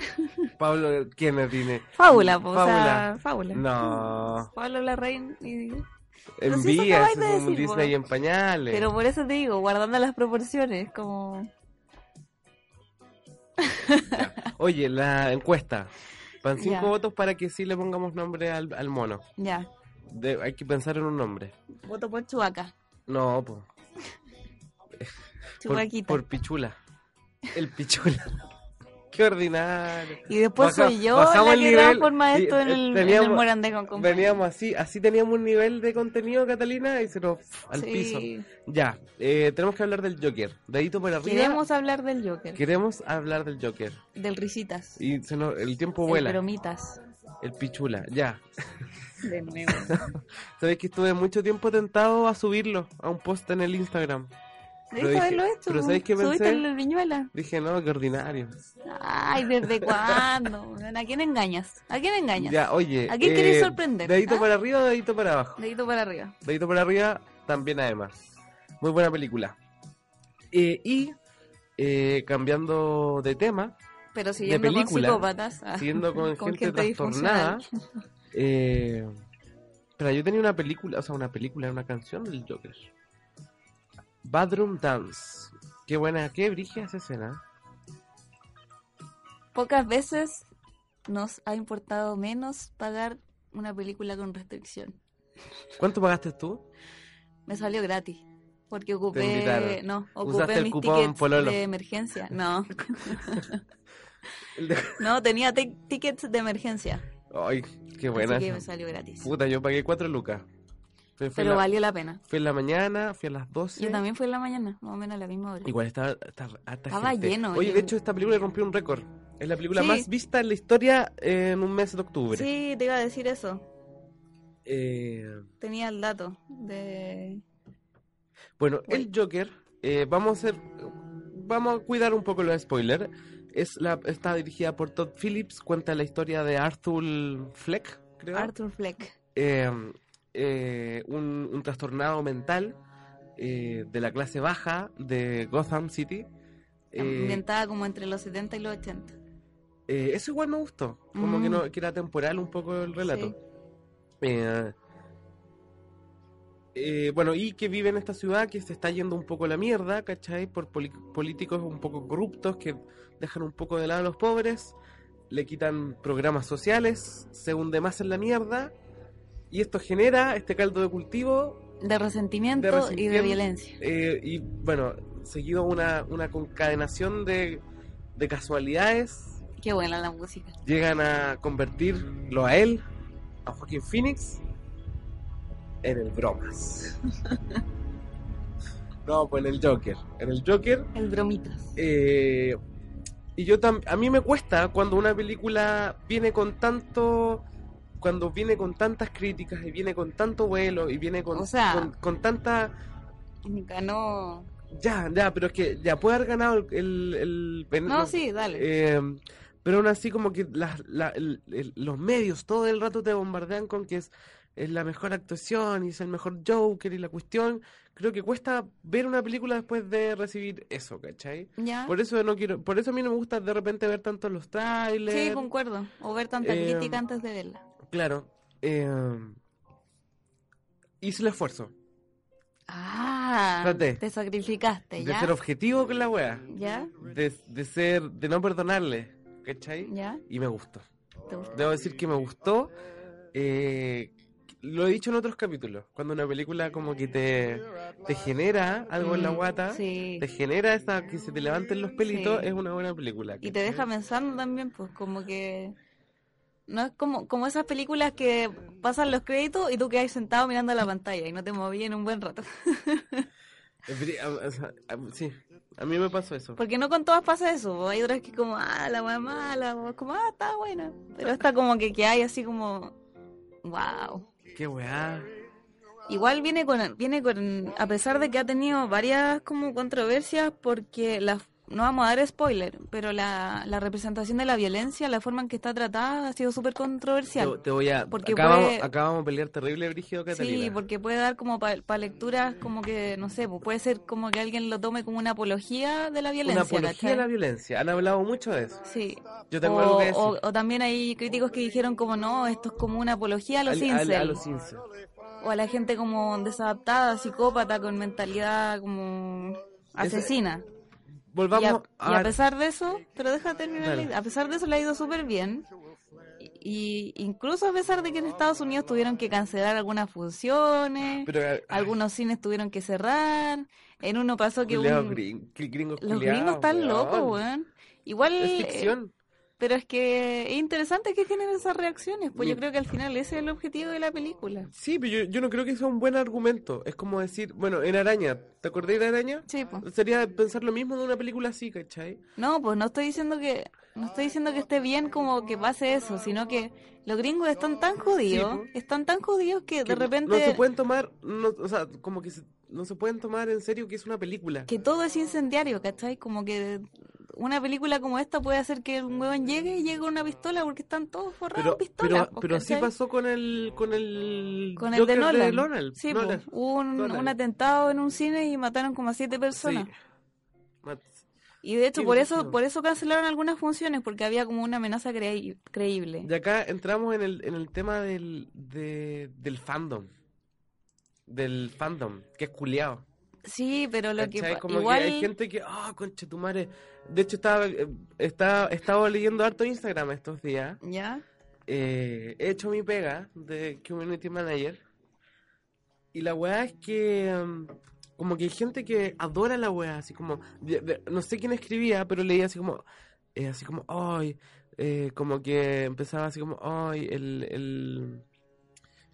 [SPEAKER 2] Pablo, ¿quién es tiene?
[SPEAKER 3] Fábula, po, o
[SPEAKER 2] Fábula.
[SPEAKER 3] sea, fábula.
[SPEAKER 2] No.
[SPEAKER 3] Pablo Larraín y... Pero si eso
[SPEAKER 2] Envías,
[SPEAKER 3] acabáis de
[SPEAKER 2] es un
[SPEAKER 3] decir,
[SPEAKER 2] Disney
[SPEAKER 3] po.
[SPEAKER 2] en pañales.
[SPEAKER 3] Pero por eso te digo, guardando las proporciones, como
[SPEAKER 2] Oye, la encuesta. Van cinco
[SPEAKER 3] Ya.
[SPEAKER 2] votos para que sí le pongamos nombre al, al mono.
[SPEAKER 3] ya,
[SPEAKER 2] De- hay que pensar en un nombre.
[SPEAKER 3] voto por Chubaca,
[SPEAKER 2] No, po. por,
[SPEAKER 3] Chubaquita.
[SPEAKER 2] por Pichula. El Pichula. Qué ordinario.
[SPEAKER 3] Y después
[SPEAKER 2] Baja-
[SPEAKER 3] soy yo
[SPEAKER 2] bajamos
[SPEAKER 3] la
[SPEAKER 2] el
[SPEAKER 3] que
[SPEAKER 2] nivel
[SPEAKER 3] transforma
[SPEAKER 2] y,
[SPEAKER 3] esto en
[SPEAKER 2] eh,
[SPEAKER 3] el,
[SPEAKER 2] teníamos-
[SPEAKER 3] en el Morandé con compañía.
[SPEAKER 2] Veníamos así, así teníamos un nivel de contenido, Catalina, y se nos al
[SPEAKER 3] Sí.
[SPEAKER 2] piso. Ya, eh, tenemos que hablar del Joker. Dedito para arriba.
[SPEAKER 3] Queremos hablar del Joker,
[SPEAKER 2] Queremos hablar del Joker.
[SPEAKER 3] del Risitas,
[SPEAKER 2] Y se nos- el tiempo
[SPEAKER 3] del
[SPEAKER 2] vuela.
[SPEAKER 3] Bromitas,
[SPEAKER 2] El pichula, ya.
[SPEAKER 3] Oh, de nuevo.
[SPEAKER 2] Sabéis que estuve mucho tiempo tentado a subirlo a un post en el Instagram. Pero
[SPEAKER 3] Debiste
[SPEAKER 2] dije-
[SPEAKER 3] haberlo hecho,
[SPEAKER 2] pero
[SPEAKER 3] po.
[SPEAKER 2] ¿sabes qué
[SPEAKER 3] subiste
[SPEAKER 2] pensé?
[SPEAKER 3] el Viñuela.
[SPEAKER 2] Dije, no, qué ordinario.
[SPEAKER 3] Ay, ¿desde cuándo? weón? ¿A quién engañas? ¿A quién engañas?
[SPEAKER 2] Ya, oye. eh,
[SPEAKER 3] ¿A quién querés sorprender?
[SPEAKER 2] Dedito
[SPEAKER 3] ¿Ah?
[SPEAKER 2] para arriba o dedito para abajo.
[SPEAKER 3] Dedito para arriba.
[SPEAKER 2] Dedito para arriba, también además. Muy buena película. Eh, y eh, cambiando de tema,
[SPEAKER 3] Pero
[SPEAKER 2] de
[SPEAKER 3] siguiendo con
[SPEAKER 2] película,
[SPEAKER 3] psicópatas. ah,
[SPEAKER 2] siguiendo con, gente,
[SPEAKER 3] disfuncional.
[SPEAKER 2] trastornada. eh, pero yo tenía una película, o sea, una película, una canción del Joker. Bathroom Dance. Qué buena, qué brigia esa escena.
[SPEAKER 3] Pocas veces nos ha importado menos pagar una película con restricción.
[SPEAKER 2] ¿Cuánto pagaste tú?
[SPEAKER 3] Me salió gratis. Porque ocupé,
[SPEAKER 2] invitaron.
[SPEAKER 3] no,
[SPEAKER 2] Usaste
[SPEAKER 3] ocupé
[SPEAKER 2] el
[SPEAKER 3] mis
[SPEAKER 2] cupón,
[SPEAKER 3] tickets
[SPEAKER 2] pololo.
[SPEAKER 3] de emergencia. No,
[SPEAKER 2] El de-
[SPEAKER 3] no, tenía tic- tickets de emergencia.
[SPEAKER 2] Ay, qué buena.
[SPEAKER 3] Así que me
[SPEAKER 2] esa.
[SPEAKER 3] salió gratis.
[SPEAKER 2] Puta, yo pagué cuatro lucas. Fui, fui en
[SPEAKER 3] Pero
[SPEAKER 2] la,
[SPEAKER 3] valió la pena.
[SPEAKER 2] fui en la mañana, fui a las 12.
[SPEAKER 3] Yo también fui en la mañana, más o menos a la misma hora.
[SPEAKER 2] Igual estaba, estaba, harta
[SPEAKER 3] Estaba
[SPEAKER 2] gente.
[SPEAKER 3] lleno,
[SPEAKER 2] Oye,
[SPEAKER 3] yo-
[SPEAKER 2] de hecho, esta película rompió un récord. Es la película
[SPEAKER 3] Sí.
[SPEAKER 2] más vista en la historia eh, en un mes de octubre.
[SPEAKER 3] Sí, te iba a decir eso.
[SPEAKER 2] Eh,
[SPEAKER 3] Tenía el dato de...
[SPEAKER 2] Bueno,
[SPEAKER 3] Bueno.
[SPEAKER 2] el Joker, eh, vamos a hacer, vamos a cuidar un poco los spoilers. Es la, está dirigida por Todd Phillips, cuenta la historia de Arthur Fleck, creo.
[SPEAKER 3] Arthur Fleck.
[SPEAKER 2] Eh, eh, un, un trastornado mental eh, de la clase baja de Gotham City. Eh,
[SPEAKER 3] Ambientada como entre los 70 y los 80.
[SPEAKER 2] eh, eso igual me gustó, como
[SPEAKER 3] Mm.
[SPEAKER 2] que, no, que era temporal un poco el relato.
[SPEAKER 3] Sí.
[SPEAKER 2] Eh, eh, bueno, y que vive en esta ciudad que se está yendo un poco a la mierda, ¿cachai? Por poli- políticos un poco corruptos que dejan un poco de lado a los pobres, le quitan programas sociales, se hunde más en la mierda, y esto genera este caldo de cultivo
[SPEAKER 3] De resentimiento,
[SPEAKER 2] De
[SPEAKER 3] y de
[SPEAKER 2] resentimiento.
[SPEAKER 3] violencia.
[SPEAKER 2] eh, y bueno, seguido una, una concadenación de, de casualidades,
[SPEAKER 3] Qué buena la música.
[SPEAKER 2] llegan a convertirlo a él, a Joaquín Phoenix, en el bromas. no, pues en el Joker. En el Joker.
[SPEAKER 3] El bromitas.
[SPEAKER 2] eh, y yo tam- a mí me cuesta cuando una película viene con tanto. Cuando viene con tantas críticas y viene con tanto vuelo y viene con,
[SPEAKER 3] O sea-
[SPEAKER 2] con, con tanta.
[SPEAKER 3] Ganó...
[SPEAKER 2] Ya, ya, pero es que ya puede haber ganado el. el, el- el-
[SPEAKER 3] No, sí, dale.
[SPEAKER 2] eh, pero aún así, como que las- la- el- el- los medios todo el rato te bombardean con que es, es la mejor actuación y es el mejor Joker y la cuestión. Creo que cuesta ver una película después de recibir eso, ¿cachai?
[SPEAKER 3] ya.
[SPEAKER 2] Por eso no quiero, por eso a mí no me gusta de repente ver tanto los trailers.
[SPEAKER 3] Sí, concuerdo. O ver tanta
[SPEAKER 2] Eh,
[SPEAKER 3] crítica antes de verla.
[SPEAKER 2] Claro. eh, hice el esfuerzo
[SPEAKER 3] Ah,
[SPEAKER 2] Espérate.
[SPEAKER 3] te sacrificaste,
[SPEAKER 2] de
[SPEAKER 3] ¿ya?
[SPEAKER 2] ser objetivo con la wea,
[SPEAKER 3] ¿Ya?
[SPEAKER 2] de, de ser, de no perdonarle, ¿cachai?
[SPEAKER 3] ¿Ya?
[SPEAKER 2] Y me gustó.
[SPEAKER 3] ¿Te gustó?
[SPEAKER 2] Debo decir que me gustó. eh, lo he dicho en otros capítulos. Cuando una película como que te, te genera algo en la
[SPEAKER 3] Mm,
[SPEAKER 2] guata,
[SPEAKER 3] Sí.
[SPEAKER 2] te genera esa que se te levanten los pelitos,
[SPEAKER 3] Sí.
[SPEAKER 2] es una buena película.
[SPEAKER 3] Y te deja pensando también, pues como que... No es como, como esas películas que pasan los créditos y tú quedas sentado mirando la pantalla y no te moví en un buen rato.
[SPEAKER 2] Es bri- a- o sea, a- Sí, a mí me pasó eso.
[SPEAKER 3] Porque no con todas pasa eso. po. Hay otras que como, ah, la wea mala, o como, ah, está buena. Pero esta como que, que hay así como, wow.
[SPEAKER 2] Qué weá.
[SPEAKER 3] Igual viene con, viene con, a pesar de que ha tenido varias como controversias, porque la, no vamos a dar spoiler, pero la, la representación de la violencia, la forma en que está tratada, ha sido súper
[SPEAKER 2] Te,
[SPEAKER 3] controversial.
[SPEAKER 2] te voy a.
[SPEAKER 3] Porque
[SPEAKER 2] acá,
[SPEAKER 3] puede-
[SPEAKER 2] vamos, acá vamos a pelear terrible, Brígido Catalina.
[SPEAKER 3] Sí, porque puede dar como para lecturas como que, no sé, pues puede ser como que alguien lo tome como una apología de la
[SPEAKER 2] Una
[SPEAKER 3] violencia.
[SPEAKER 2] apología
[SPEAKER 3] ¿cachai?
[SPEAKER 2] a la violencia. Han hablado mucho de eso.
[SPEAKER 3] Sí.
[SPEAKER 2] Yo tengo algo
[SPEAKER 3] O,
[SPEAKER 2] que decir.
[SPEAKER 3] o- o también hay críticos que dijeron como no, esto es como una apología a los
[SPEAKER 2] Al- al-
[SPEAKER 3] incels.
[SPEAKER 2] a los incels.
[SPEAKER 3] O a la gente como desadaptada, psicópata, con mentalidad como asesina. Y a,
[SPEAKER 2] Volvamos
[SPEAKER 3] y a pesar de eso, pero deja terminar, la
[SPEAKER 2] Dale.
[SPEAKER 3] idea. a pesar de eso le ha ido súper bien. Y, y incluso a pesar de que en Estados Unidos tuvieron que cancelar algunas funciones,
[SPEAKER 2] Pero, ay,
[SPEAKER 3] algunos cines tuvieron que cerrar, en uno pasó que
[SPEAKER 2] culiao
[SPEAKER 3] un-
[SPEAKER 2] gring- que gringos
[SPEAKER 3] los
[SPEAKER 2] culiaos,
[SPEAKER 3] gringos están
[SPEAKER 2] weón.
[SPEAKER 3] locos, weón. Igual
[SPEAKER 2] Es
[SPEAKER 3] eh,
[SPEAKER 2] ficción.
[SPEAKER 3] Pero es que es interesante que generen esas reacciones, pues yo
[SPEAKER 2] Mi-
[SPEAKER 3] creo que al final ese es el objetivo de la película.
[SPEAKER 2] Sí, pero yo, yo no creo que sea un buen argumento. Es como decir, bueno, en Araña, ¿te acordás de Araña?
[SPEAKER 3] Sí, pues.
[SPEAKER 2] Sería pensar lo mismo de una película así, ¿cachai?
[SPEAKER 3] No, pues no estoy diciendo que no estoy diciendo que esté bien como que pase eso, sino que los gringos están tan jodidos,
[SPEAKER 2] Sí, pues.
[SPEAKER 3] están tan jodidos que, de
[SPEAKER 2] Que
[SPEAKER 3] repente
[SPEAKER 2] No se pueden tomar, no, o sea, como que se- no se pueden tomar en serio que es una película.
[SPEAKER 3] que todo es incendiario, ¿cachai? Como que una película como esta puede hacer que un huevón llegue y llegue con una pistola porque están todos forrados
[SPEAKER 2] Pero,
[SPEAKER 3] en pistolas.
[SPEAKER 2] pero,
[SPEAKER 3] pues,
[SPEAKER 2] pero así
[SPEAKER 3] ¿cachai?
[SPEAKER 2] pasó con el, con el
[SPEAKER 3] Con el de
[SPEAKER 2] Joker
[SPEAKER 3] Nolan.
[SPEAKER 2] Nolan,
[SPEAKER 3] sí,
[SPEAKER 2] Nolan.
[SPEAKER 3] pues, hubo un,
[SPEAKER 2] Nolan.
[SPEAKER 3] un atentado en un cine y mataron como a siete personas.
[SPEAKER 2] Sí. Mat-
[SPEAKER 3] Y de hecho,
[SPEAKER 2] Qué
[SPEAKER 3] por eso,
[SPEAKER 2] brígido.
[SPEAKER 3] por eso cancelaron algunas funciones, porque había como una amenaza creí- creíble.
[SPEAKER 2] Y acá entramos en el, en el tema del, de- del fandom. Del fandom, que es culiado.
[SPEAKER 3] Sí, pero lo que
[SPEAKER 2] ¿Cachai?
[SPEAKER 3] pa-
[SPEAKER 2] Como que
[SPEAKER 3] igual
[SPEAKER 2] hay gente que, ah, conche tu madre. De hecho, estaba, eh, estaba, estaba leyendo harto Instagram estos días.
[SPEAKER 3] ya.
[SPEAKER 2] Eh, he hecho mi pega de Community Manager. Y la weá es que, mm, como que hay gente que adora la weá, así como, de- de- no sé quién escribía, pero leía así como, eh, así como, ay, eh, como que empezaba así como, ay, el, el,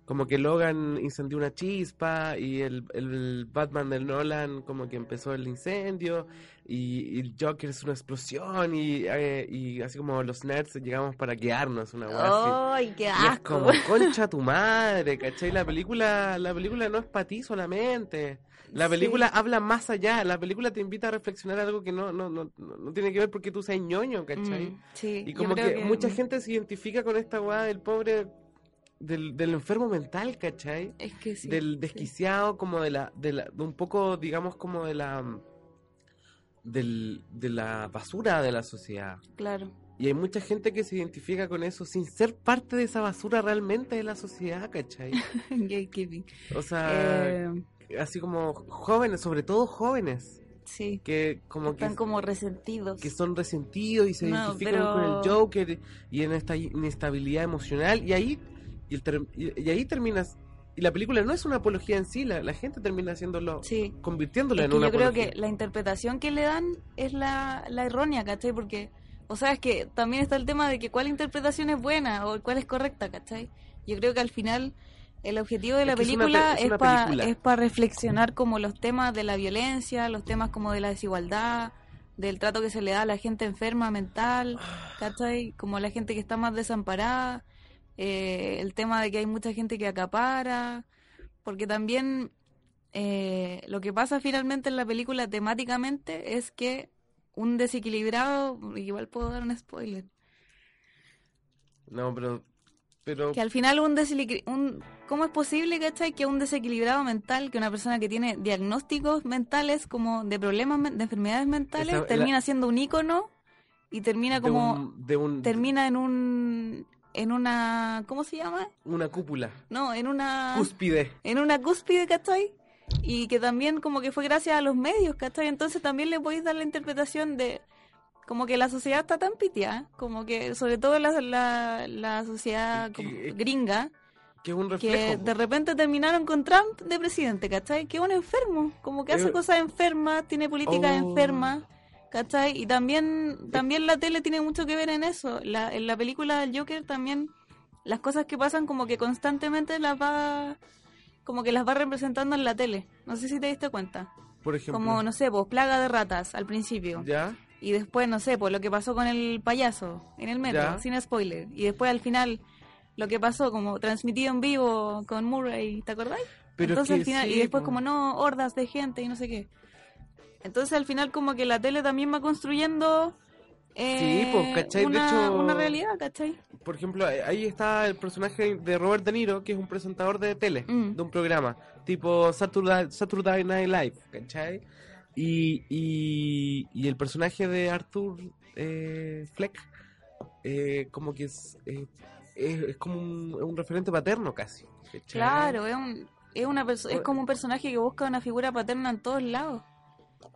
[SPEAKER 2] como que Logan incendió una chispa y el, el Batman del Nolan como que empezó el incendio y, y el Joker es una explosión y, eh, y así como los nerds llegamos para quedarnos una weá así.
[SPEAKER 3] ¡Ay, qué
[SPEAKER 2] Y es
[SPEAKER 3] asco!
[SPEAKER 2] como concha tu madre, ¿cachai? La película, la película no es para ti solamente. La
[SPEAKER 3] Sí.
[SPEAKER 2] película habla más allá. La película te invita a reflexionar algo que no, no, no, no- no tiene que ver porque tú seas ñoño, ¿cachai?
[SPEAKER 3] Mm, sí,
[SPEAKER 2] Y
[SPEAKER 3] yo
[SPEAKER 2] como
[SPEAKER 3] creo
[SPEAKER 2] que, mucha
[SPEAKER 3] mm,
[SPEAKER 2] gente se identifica con esta weá del pobre, del, del enfermo mental, ¿cachai?
[SPEAKER 3] Es que sí.
[SPEAKER 2] del desquiciado, como de la, de la, de un poco, digamos, como de la, del, de la basura de la sociedad.
[SPEAKER 3] Claro.
[SPEAKER 2] Y hay mucha gente que se identifica con eso sin ser parte de esa basura realmente de la sociedad, ¿cachai?
[SPEAKER 3] Gatekeeping.
[SPEAKER 2] O sea,
[SPEAKER 3] Eh,
[SPEAKER 2] así como jóvenes, sobre todo jóvenes,
[SPEAKER 3] sí.
[SPEAKER 2] que como que,
[SPEAKER 3] Están como resentidos.
[SPEAKER 2] que son resentidos y se
[SPEAKER 3] No,
[SPEAKER 2] identifican
[SPEAKER 3] pero-
[SPEAKER 2] con el Joker y en esta inestabilidad emocional. Y ahí, y el ter- y- y ahí terminas... Y la película no es una apología en sí, la, la gente termina haciéndolo,
[SPEAKER 3] Sí.
[SPEAKER 2] convirtiéndola
[SPEAKER 3] Es
[SPEAKER 2] en
[SPEAKER 3] que
[SPEAKER 2] una
[SPEAKER 3] yo creo
[SPEAKER 2] apología.
[SPEAKER 3] que la interpretación que le dan es la, la errónea, ¿cachai? Porque, o sea, es que también está el tema de que cuál interpretación es buena o cuál es correcta, ¿cachai? Yo creo que al final el objetivo de
[SPEAKER 2] Es
[SPEAKER 3] la
[SPEAKER 2] que es una
[SPEAKER 3] película
[SPEAKER 2] pe- es
[SPEAKER 3] es
[SPEAKER 2] una película.
[SPEAKER 3] para reflexionar como los temas de la violencia, los temas como de la desigualdad, del trato que se le da a la gente enferma mental, ¿cachai? Como la gente que está más desamparada, eh, el tema de que hay mucha gente que acapara, porque también eh, lo que pasa finalmente en la película temáticamente es que un desequilibrado, igual puedo dar un spoiler,
[SPEAKER 2] No, pero... pero
[SPEAKER 3] que al final un desequilibrado, un, ¿cómo es posible, cachai, que un desequilibrado mental, que una persona que tiene diagnósticos mentales como de problemas, men- de enfermedades mentales,
[SPEAKER 2] Esa- la-
[SPEAKER 3] termina siendo un ícono y termina como,
[SPEAKER 2] de un- de un-
[SPEAKER 3] termina en un, en una, ¿cómo se llama?
[SPEAKER 2] una cúpula,
[SPEAKER 3] No, en una...
[SPEAKER 2] cúspide.
[SPEAKER 3] en una cúspide, ¿cachai? Y que también como que fue gracias a los medios, ¿cachai? Entonces también le podéis dar la interpretación de como que la sociedad está tan pitiada, como que sobre todo la, la, la sociedad
[SPEAKER 2] Es
[SPEAKER 3] como
[SPEAKER 2] que- es-
[SPEAKER 3] gringa,
[SPEAKER 2] Que es un reflejo.
[SPEAKER 3] que de repente terminaron con Trump de presidente, ¿cachai? Que es un enfermo, como que hace
[SPEAKER 2] Eh,
[SPEAKER 3] cosas enfermas, tiene políticas
[SPEAKER 2] oh.
[SPEAKER 3] enfermas, ¿cachai? Y también, también la tele tiene mucho que ver en eso. La, en la película del Joker también las cosas que pasan como que constantemente las va como que las va representando en la tele. No sé si te diste cuenta.
[SPEAKER 2] por ejemplo.
[SPEAKER 3] Como, no sé, pues plaga de ratas al principio.
[SPEAKER 2] ¿Ya?
[SPEAKER 3] Y después, no sé, pues lo que pasó con el payaso en el metro,
[SPEAKER 2] Ya.
[SPEAKER 3] sin spoiler. Y después al final, lo que pasó, como transmitido en vivo con Murray, ¿te acordás?
[SPEAKER 2] Pero
[SPEAKER 3] Entonces
[SPEAKER 2] es que
[SPEAKER 3] al final,
[SPEAKER 2] sí,
[SPEAKER 3] y después
[SPEAKER 2] po.
[SPEAKER 3] como no, hordas de gente y no sé qué. Entonces al final como que la tele también va construyendo eh,
[SPEAKER 2] Sí, po, ¿cachai? De
[SPEAKER 3] una,
[SPEAKER 2] hecho-
[SPEAKER 3] una realidad, ¿cachai?
[SPEAKER 2] Por ejemplo, ahí- ahí está el personaje de Robert De Niro, que es un presentador de tele,
[SPEAKER 3] Mm.
[SPEAKER 2] de un programa, tipo Saturday, Saturday Night Live, ¿cachai? Y, y, y el personaje de Arthur eh, Fleck, eh, como que es, eh, es, es como un, un referente paterno casi. ¿cachai?
[SPEAKER 3] Claro, es un, es una perso-
[SPEAKER 2] Oh.
[SPEAKER 3] es como un personaje que busca una figura paterna en todos lados.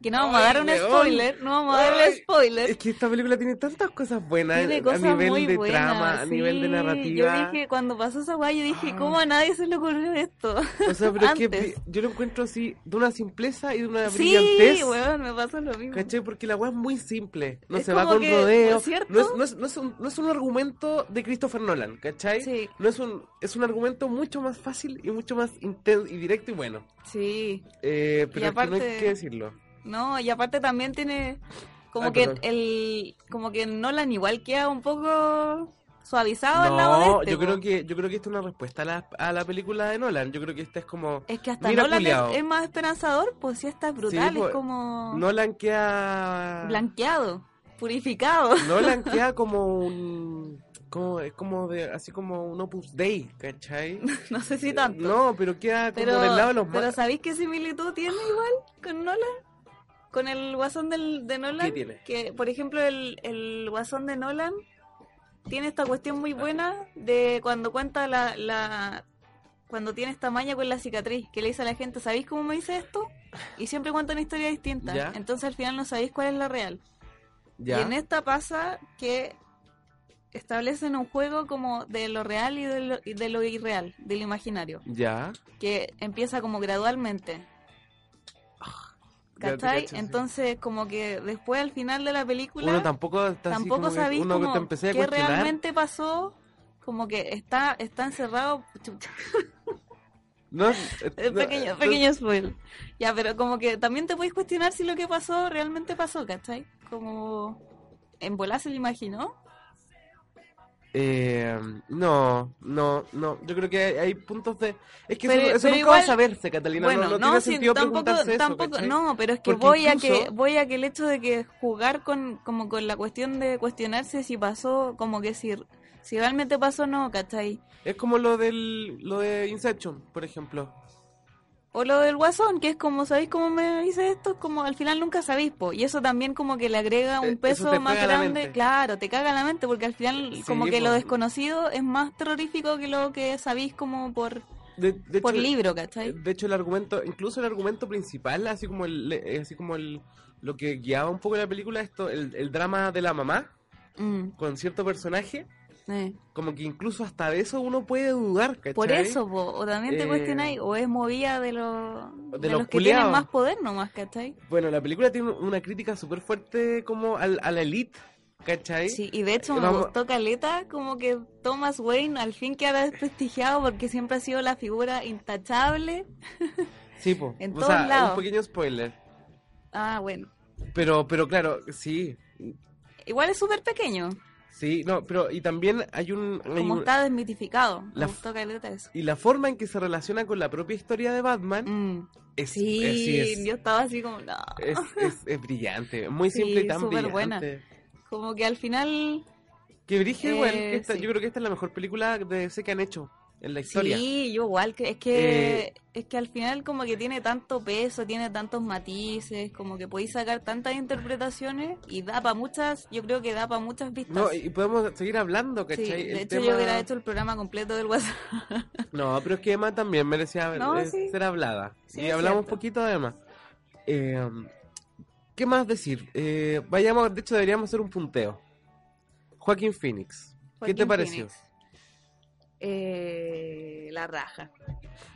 [SPEAKER 3] Que no vamos a
[SPEAKER 2] Ay,
[SPEAKER 3] dar un
[SPEAKER 2] weón.
[SPEAKER 3] spoiler, no vamos a darle
[SPEAKER 2] Ay,
[SPEAKER 3] spoiler.
[SPEAKER 2] Es que esta película tiene tantas cosas buenas
[SPEAKER 3] Tiene
[SPEAKER 2] a-
[SPEAKER 3] cosas
[SPEAKER 2] a nivel
[SPEAKER 3] muy
[SPEAKER 2] de
[SPEAKER 3] buenas,
[SPEAKER 2] trama, a nivel de
[SPEAKER 3] sí.
[SPEAKER 2] narrativa.
[SPEAKER 3] Yo dije, cuando pasó esa guay, yo dije,
[SPEAKER 2] Ah.
[SPEAKER 3] ¿cómo a nadie se le ocurrió esto?
[SPEAKER 2] O sea, pero es que
[SPEAKER 3] Antes.
[SPEAKER 2] bri- yo lo encuentro así, de una simpleza y de una brillantez.
[SPEAKER 3] sí, weón, me pasó lo mismo.
[SPEAKER 2] ¿Cachai? Porque la weá es muy simple. No
[SPEAKER 3] Es
[SPEAKER 2] se va
[SPEAKER 3] como
[SPEAKER 2] con
[SPEAKER 3] que, ¿no
[SPEAKER 2] rodeo.
[SPEAKER 3] es cierto?
[SPEAKER 2] No es, no es- no es un, no es un argumento de Christopher Nolan, ¿cachai?
[SPEAKER 3] Sí.
[SPEAKER 2] No es un, es un argumento mucho más fácil y mucho más intenso y directo y bueno.
[SPEAKER 3] Sí,
[SPEAKER 2] Eh, pero es que no hay
[SPEAKER 3] aparte-
[SPEAKER 2] que decirlo.
[SPEAKER 3] no, y aparte también tiene como
[SPEAKER 2] Ah,
[SPEAKER 3] que
[SPEAKER 2] perdón.
[SPEAKER 3] el como que Nolan igual queda un poco suavizado al lado de
[SPEAKER 2] No,
[SPEAKER 3] este.
[SPEAKER 2] yo
[SPEAKER 3] po.
[SPEAKER 2] creo que yo creo que esta es una respuesta a la, a la película de Nolan. Yo creo que esta es como
[SPEAKER 3] es que hasta
[SPEAKER 2] Mira,
[SPEAKER 3] Nolan
[SPEAKER 2] culiao.
[SPEAKER 3] es, es más esperanzador, pues sí está brutal,
[SPEAKER 2] po,
[SPEAKER 3] es como
[SPEAKER 2] Nolan queda
[SPEAKER 3] blanqueado, purificado.
[SPEAKER 2] Nolan queda como un como es como de así como un Opus Dei, ¿cachai?
[SPEAKER 3] no sé si tanto.
[SPEAKER 2] No, pero queda como
[SPEAKER 3] Pero,
[SPEAKER 2] del lado de los
[SPEAKER 3] pero
[SPEAKER 2] más
[SPEAKER 3] ¿sabéis qué similitud tiene igual con Nolan? con el guasón del, de Nolan.
[SPEAKER 2] ¿Qué tiene?
[SPEAKER 3] Que, por ejemplo, el, el guasón de Nolan tiene esta cuestión muy buena de cuando cuenta la, la. cuando tiene esta maña con la cicatriz, que le dice a la gente, ¿sabéis cómo me hice esto? Y siempre cuenta una historia distinta.
[SPEAKER 2] Ya.
[SPEAKER 3] Entonces al final no sabéis cuál es la real.
[SPEAKER 2] Ya.
[SPEAKER 3] Y en esta pasa que establecen un juego como de lo real y de lo, y de lo irreal, del imaginario,
[SPEAKER 2] Ya.
[SPEAKER 3] que empieza como gradualmente.
[SPEAKER 2] Ya te
[SPEAKER 3] ¿Cachai?
[SPEAKER 2] cacho, sí.
[SPEAKER 3] Entonces como que después al final de la película
[SPEAKER 2] Uno tampoco está así
[SPEAKER 3] tampoco
[SPEAKER 2] como que-
[SPEAKER 3] sabéis
[SPEAKER 2] uno que
[SPEAKER 3] como
[SPEAKER 2] te empecé a
[SPEAKER 3] qué
[SPEAKER 2] cuestionar.
[SPEAKER 3] realmente pasó, como que está, está encerrado... chucha,
[SPEAKER 2] No,
[SPEAKER 3] eh,
[SPEAKER 2] eh, no,
[SPEAKER 3] pequeño,
[SPEAKER 2] eh,
[SPEAKER 3] pequeño spoiler. Ya, pero como que también te podéis cuestionar si lo que pasó realmente pasó, ¿cachai? Como... ¿En bola se lo imaginó?
[SPEAKER 2] eh, no, no, no. Yo creo que hay, hay puntos de. Es que
[SPEAKER 3] Pero-
[SPEAKER 2] eso, eso
[SPEAKER 3] pero
[SPEAKER 2] nunca
[SPEAKER 3] igual-
[SPEAKER 2] vas a verse, Catalina.
[SPEAKER 3] Bueno,
[SPEAKER 2] no,
[SPEAKER 3] no,
[SPEAKER 2] no tiene
[SPEAKER 3] sí,
[SPEAKER 2] sentido
[SPEAKER 3] tampoco,
[SPEAKER 2] preguntarse eso,
[SPEAKER 3] tampoco,
[SPEAKER 2] ¿cachai?
[SPEAKER 3] no, pero es que
[SPEAKER 2] Porque
[SPEAKER 3] voy a que
[SPEAKER 2] incluso-
[SPEAKER 3] voy a que el hecho de que jugar con como con la cuestión de cuestionarse si pasó, como que si si realmente pasó o no, ¿cachai?
[SPEAKER 2] Es como lo del lo de Inception, por ejemplo.
[SPEAKER 3] O lo del guasón, que es como, ¿sabéis cómo me hice esto? Como al final nunca sabéis, po. Y eso también como que le agrega
[SPEAKER 2] Eh,
[SPEAKER 3] un
[SPEAKER 2] eso
[SPEAKER 3] peso
[SPEAKER 2] te
[SPEAKER 3] más
[SPEAKER 2] pega la
[SPEAKER 3] grande.
[SPEAKER 2] mente.
[SPEAKER 3] Claro, te caga la mente, porque al final
[SPEAKER 2] Sí,
[SPEAKER 3] como que
[SPEAKER 2] po.
[SPEAKER 3] lo desconocido es más terrorífico que lo que sabéis como por,
[SPEAKER 2] De, de
[SPEAKER 3] por
[SPEAKER 2] hecho,
[SPEAKER 3] libro, ¿cachai?
[SPEAKER 2] Eh, De hecho, el argumento, incluso el argumento principal, así como el, eh, así como el, lo que guiaba un poco la película, esto, el, el drama de la mamá
[SPEAKER 3] Mm,
[SPEAKER 2] con cierto personaje,
[SPEAKER 3] eh.
[SPEAKER 2] como que incluso hasta de eso uno puede dudar, ¿cachai?
[SPEAKER 3] Por eso, po, o también te
[SPEAKER 2] Eh,
[SPEAKER 3] cuestionáis, o es movida de, los
[SPEAKER 2] de
[SPEAKER 3] de
[SPEAKER 2] los
[SPEAKER 3] los que tienen
[SPEAKER 2] culiaos.
[SPEAKER 3] más poder nomás, ¿cachai?
[SPEAKER 2] Bueno, la película tiene una crítica súper fuerte como al, a la elite, ¿cachai?
[SPEAKER 3] Sí, y de hecho me
[SPEAKER 2] Eh, Vamos-
[SPEAKER 3] gustó Caleta, como que Thomas Wayne al fin queda desprestigiado porque siempre ha sido la figura intachable.
[SPEAKER 2] Sí, po.
[SPEAKER 3] En
[SPEAKER 2] o
[SPEAKER 3] todos
[SPEAKER 2] sea,
[SPEAKER 3] lados.
[SPEAKER 2] un pequeño spoiler.
[SPEAKER 3] Ah, bueno.
[SPEAKER 2] Pero, pero claro, sí,
[SPEAKER 3] Igual es súper pequeño,
[SPEAKER 2] sí, no, pero y también hay un... hay
[SPEAKER 3] como
[SPEAKER 2] un-
[SPEAKER 3] está desmitificado. Me
[SPEAKER 2] la
[SPEAKER 3] gustó Caleta eso.
[SPEAKER 2] Y la forma en que se relaciona con la propia historia de Batman
[SPEAKER 3] Mm,
[SPEAKER 2] es,
[SPEAKER 3] sí,
[SPEAKER 2] es- sí, es-
[SPEAKER 3] yo estaba así como, no.
[SPEAKER 2] es, es- es brillante, muy
[SPEAKER 3] Sí,
[SPEAKER 2] simple y tan
[SPEAKER 3] súper
[SPEAKER 2] brillante.
[SPEAKER 3] buena. Como que al final...
[SPEAKER 2] Que Bridget,
[SPEAKER 3] Eh,
[SPEAKER 2] igual, que esta-
[SPEAKER 3] sí.
[SPEAKER 2] yo creo que esta es la mejor película de ese que han hecho en la historia.
[SPEAKER 3] Sí, yo igual, que- es que
[SPEAKER 2] Eh,
[SPEAKER 3] es que al final como que tiene tanto peso, tiene tantos matices, como que podéis sacar tantas interpretaciones y da para muchas, yo creo que da para muchas vistas.
[SPEAKER 2] No, y podemos seguir hablando,
[SPEAKER 3] pues. Sí,
[SPEAKER 2] ¿cachai? El
[SPEAKER 3] de hecho yo
[SPEAKER 2] tema-
[SPEAKER 3] hubiera hecho el programa completo del WhatsApp.
[SPEAKER 2] No, pero es que Emma también merecía
[SPEAKER 3] No,
[SPEAKER 2] eh,
[SPEAKER 3] sí.
[SPEAKER 2] ser hablada.
[SPEAKER 3] Sí,
[SPEAKER 2] y
[SPEAKER 3] es
[SPEAKER 2] hablamos un
[SPEAKER 3] cierto.
[SPEAKER 2] poquito de Emma. Eh, ¿Qué más decir? Eh, vayamos, de hecho deberíamos hacer un punteo. Joaquín Phoenix. ¿Qué te
[SPEAKER 3] Joaquín
[SPEAKER 2] pareció?
[SPEAKER 3] Phoenix. Eh, la raja.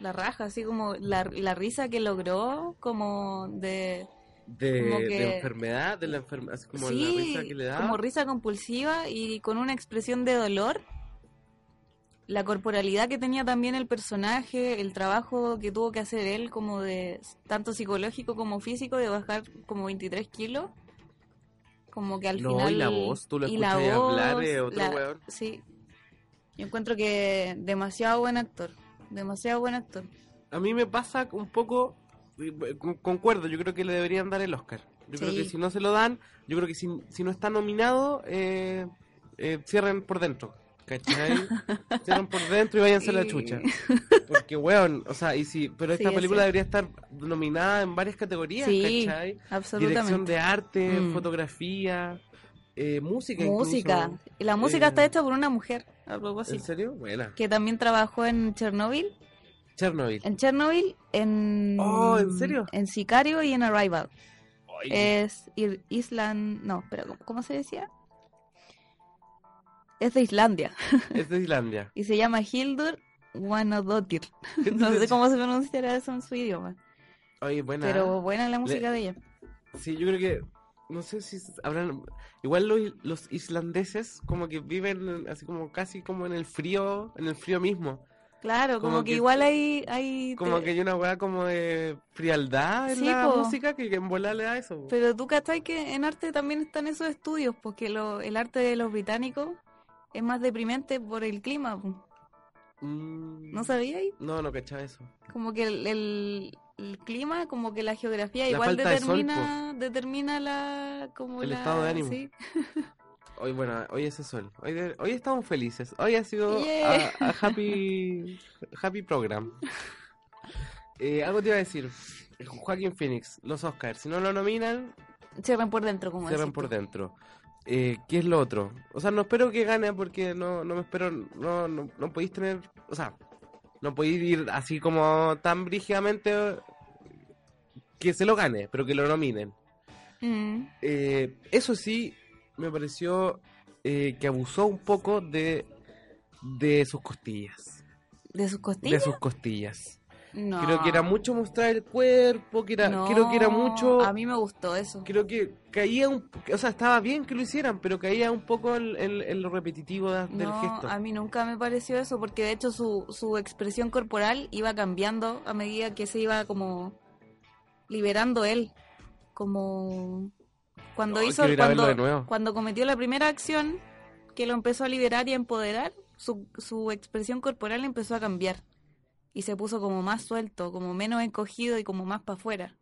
[SPEAKER 3] La raja, así como la, la risa que logró, como de...
[SPEAKER 2] De,
[SPEAKER 3] Como
[SPEAKER 2] de
[SPEAKER 3] que-
[SPEAKER 2] enfermedad, de la enfermedad, así como
[SPEAKER 3] sí,
[SPEAKER 2] la risa que le da.
[SPEAKER 3] como risa compulsiva y con una expresión de dolor. La corporalidad que tenía también el personaje, el trabajo que tuvo que hacer él, como de tanto psicológico como físico, de bajar como 23 kilos. Como que al
[SPEAKER 2] No,
[SPEAKER 3] final.
[SPEAKER 2] y la voz, tú lo
[SPEAKER 3] y la
[SPEAKER 2] escuchas y hablar,
[SPEAKER 3] voz,
[SPEAKER 2] eh, otro
[SPEAKER 3] la-
[SPEAKER 2] weón.
[SPEAKER 3] Sí. Yo encuentro que demasiado buen actor. Demasiado buen actor.
[SPEAKER 2] A mí me pasa un poco, eh, con- concuerdo, yo creo que le deberían dar el Oscar. Yo creo
[SPEAKER 3] Sí.
[SPEAKER 2] que si no se lo dan, yo creo que si, si no está nominado, eh, eh, cierren por dentro. ¿Cachai? cierren por dentro y váyanse a la
[SPEAKER 3] Y-
[SPEAKER 2] chucha. Porque, weón, o sea, y si, pero esta
[SPEAKER 3] Sí, es
[SPEAKER 2] película
[SPEAKER 3] cierto.
[SPEAKER 2] debería estar nominada en varias categorías,
[SPEAKER 3] Sí,
[SPEAKER 2] ¿cachai? Dirección
[SPEAKER 3] Absolutamente.
[SPEAKER 2] de arte,
[SPEAKER 3] Mm.
[SPEAKER 2] fotografía, eh, música.
[SPEAKER 3] Música.
[SPEAKER 2] incluso.
[SPEAKER 3] Y La música
[SPEAKER 2] Eh,
[SPEAKER 3] está hecha por una mujer, a
[SPEAKER 2] ¿En
[SPEAKER 3] propósito.
[SPEAKER 2] serio? Buena.
[SPEAKER 3] que también trabajó en Chernobyl,
[SPEAKER 2] Chernobyl.
[SPEAKER 3] en Chernobyl, en
[SPEAKER 2] Oh, ¿en serio?
[SPEAKER 3] en Sicario y en Arrival.
[SPEAKER 2] Ay,
[SPEAKER 3] Es Ir- Island, no, pero ¿cómo, cómo se decía? Es de Islandia
[SPEAKER 2] Es de Islandia.
[SPEAKER 3] y se llama Hildur Wanodottir. No sé cómo se pronunciará eso en su idioma,
[SPEAKER 2] Oye, buena.
[SPEAKER 3] pero buena la música de ella.
[SPEAKER 2] Sí, yo creo que. No sé si s- habrán. Igual los, los islandeses, como que viven en- así como casi como en el frío, en el frío mismo.
[SPEAKER 3] Claro, como,
[SPEAKER 2] como
[SPEAKER 3] que,
[SPEAKER 2] que-
[SPEAKER 3] igual hay hay
[SPEAKER 2] Como
[SPEAKER 3] te-
[SPEAKER 2] que hay una weá como de frialdad en
[SPEAKER 3] Sí,
[SPEAKER 2] la
[SPEAKER 3] po.
[SPEAKER 2] música que que en bola le da eso. po.
[SPEAKER 3] Pero tú, ¿cachai? Que en arte también están esos estudios, porque lo, el arte de los británicos es más deprimente por el clima. pu.
[SPEAKER 2] Mm,
[SPEAKER 3] ¿No sabíais?
[SPEAKER 2] No, no cachaba eso.
[SPEAKER 3] como que el, el- el clima, como que la geografía
[SPEAKER 2] La
[SPEAKER 3] igual
[SPEAKER 2] falta de sol, pues.
[SPEAKER 3] determina, determina la como
[SPEAKER 2] El
[SPEAKER 3] la-
[SPEAKER 2] estado de ánimo.
[SPEAKER 3] sí.
[SPEAKER 2] Hoy, bueno, hoy es el sol. Hoy, de- hoy estamos felices. Hoy ha sido
[SPEAKER 3] Yeah.
[SPEAKER 2] a- a happy, happy program. Eh, algo te iba a decir. Joaquín Phoenix, los Oscars. Si no lo nominan,
[SPEAKER 3] Se ven por dentro, como
[SPEAKER 2] cierran
[SPEAKER 3] decís
[SPEAKER 2] por
[SPEAKER 3] tú.
[SPEAKER 2] dentro. Eh, ¿Qué es lo otro? O sea, no espero que gane porque no, no me espero. No, no, no podéis tener. O sea, no podéis ir así como tan brígidamente que se lo gane, pero que lo nominen.
[SPEAKER 3] Mm.
[SPEAKER 2] Eh, eso sí, me pareció eh, que abusó un poco de, de sus costillas.
[SPEAKER 3] ¿De sus
[SPEAKER 2] De
[SPEAKER 3] costillas?
[SPEAKER 2] sus costillas.
[SPEAKER 3] No.
[SPEAKER 2] Creo que era mucho mostrar el cuerpo, que era,
[SPEAKER 3] Ah. No,
[SPEAKER 2] creo que era mucho.
[SPEAKER 3] A mí me gustó eso.
[SPEAKER 2] Creo que caía un. O sea, estaba bien que lo hicieran, pero caía un poco en, en- en lo repetitivo de- del
[SPEAKER 3] No,
[SPEAKER 2] gesto.
[SPEAKER 3] a mí nunca me pareció eso, porque de hecho su, su expresión corporal iba cambiando a medida que se iba como liberando él. Como cuando
[SPEAKER 2] No,
[SPEAKER 3] hizo
[SPEAKER 2] quiero ir a verlo de
[SPEAKER 3] cuando,
[SPEAKER 2] nuevo.
[SPEAKER 3] cuando cometió la primera acción que lo empezó a liberar y a empoderar, su, su expresión corporal empezó a cambiar y se puso como más suelto, como menos encogido y como más para afuera.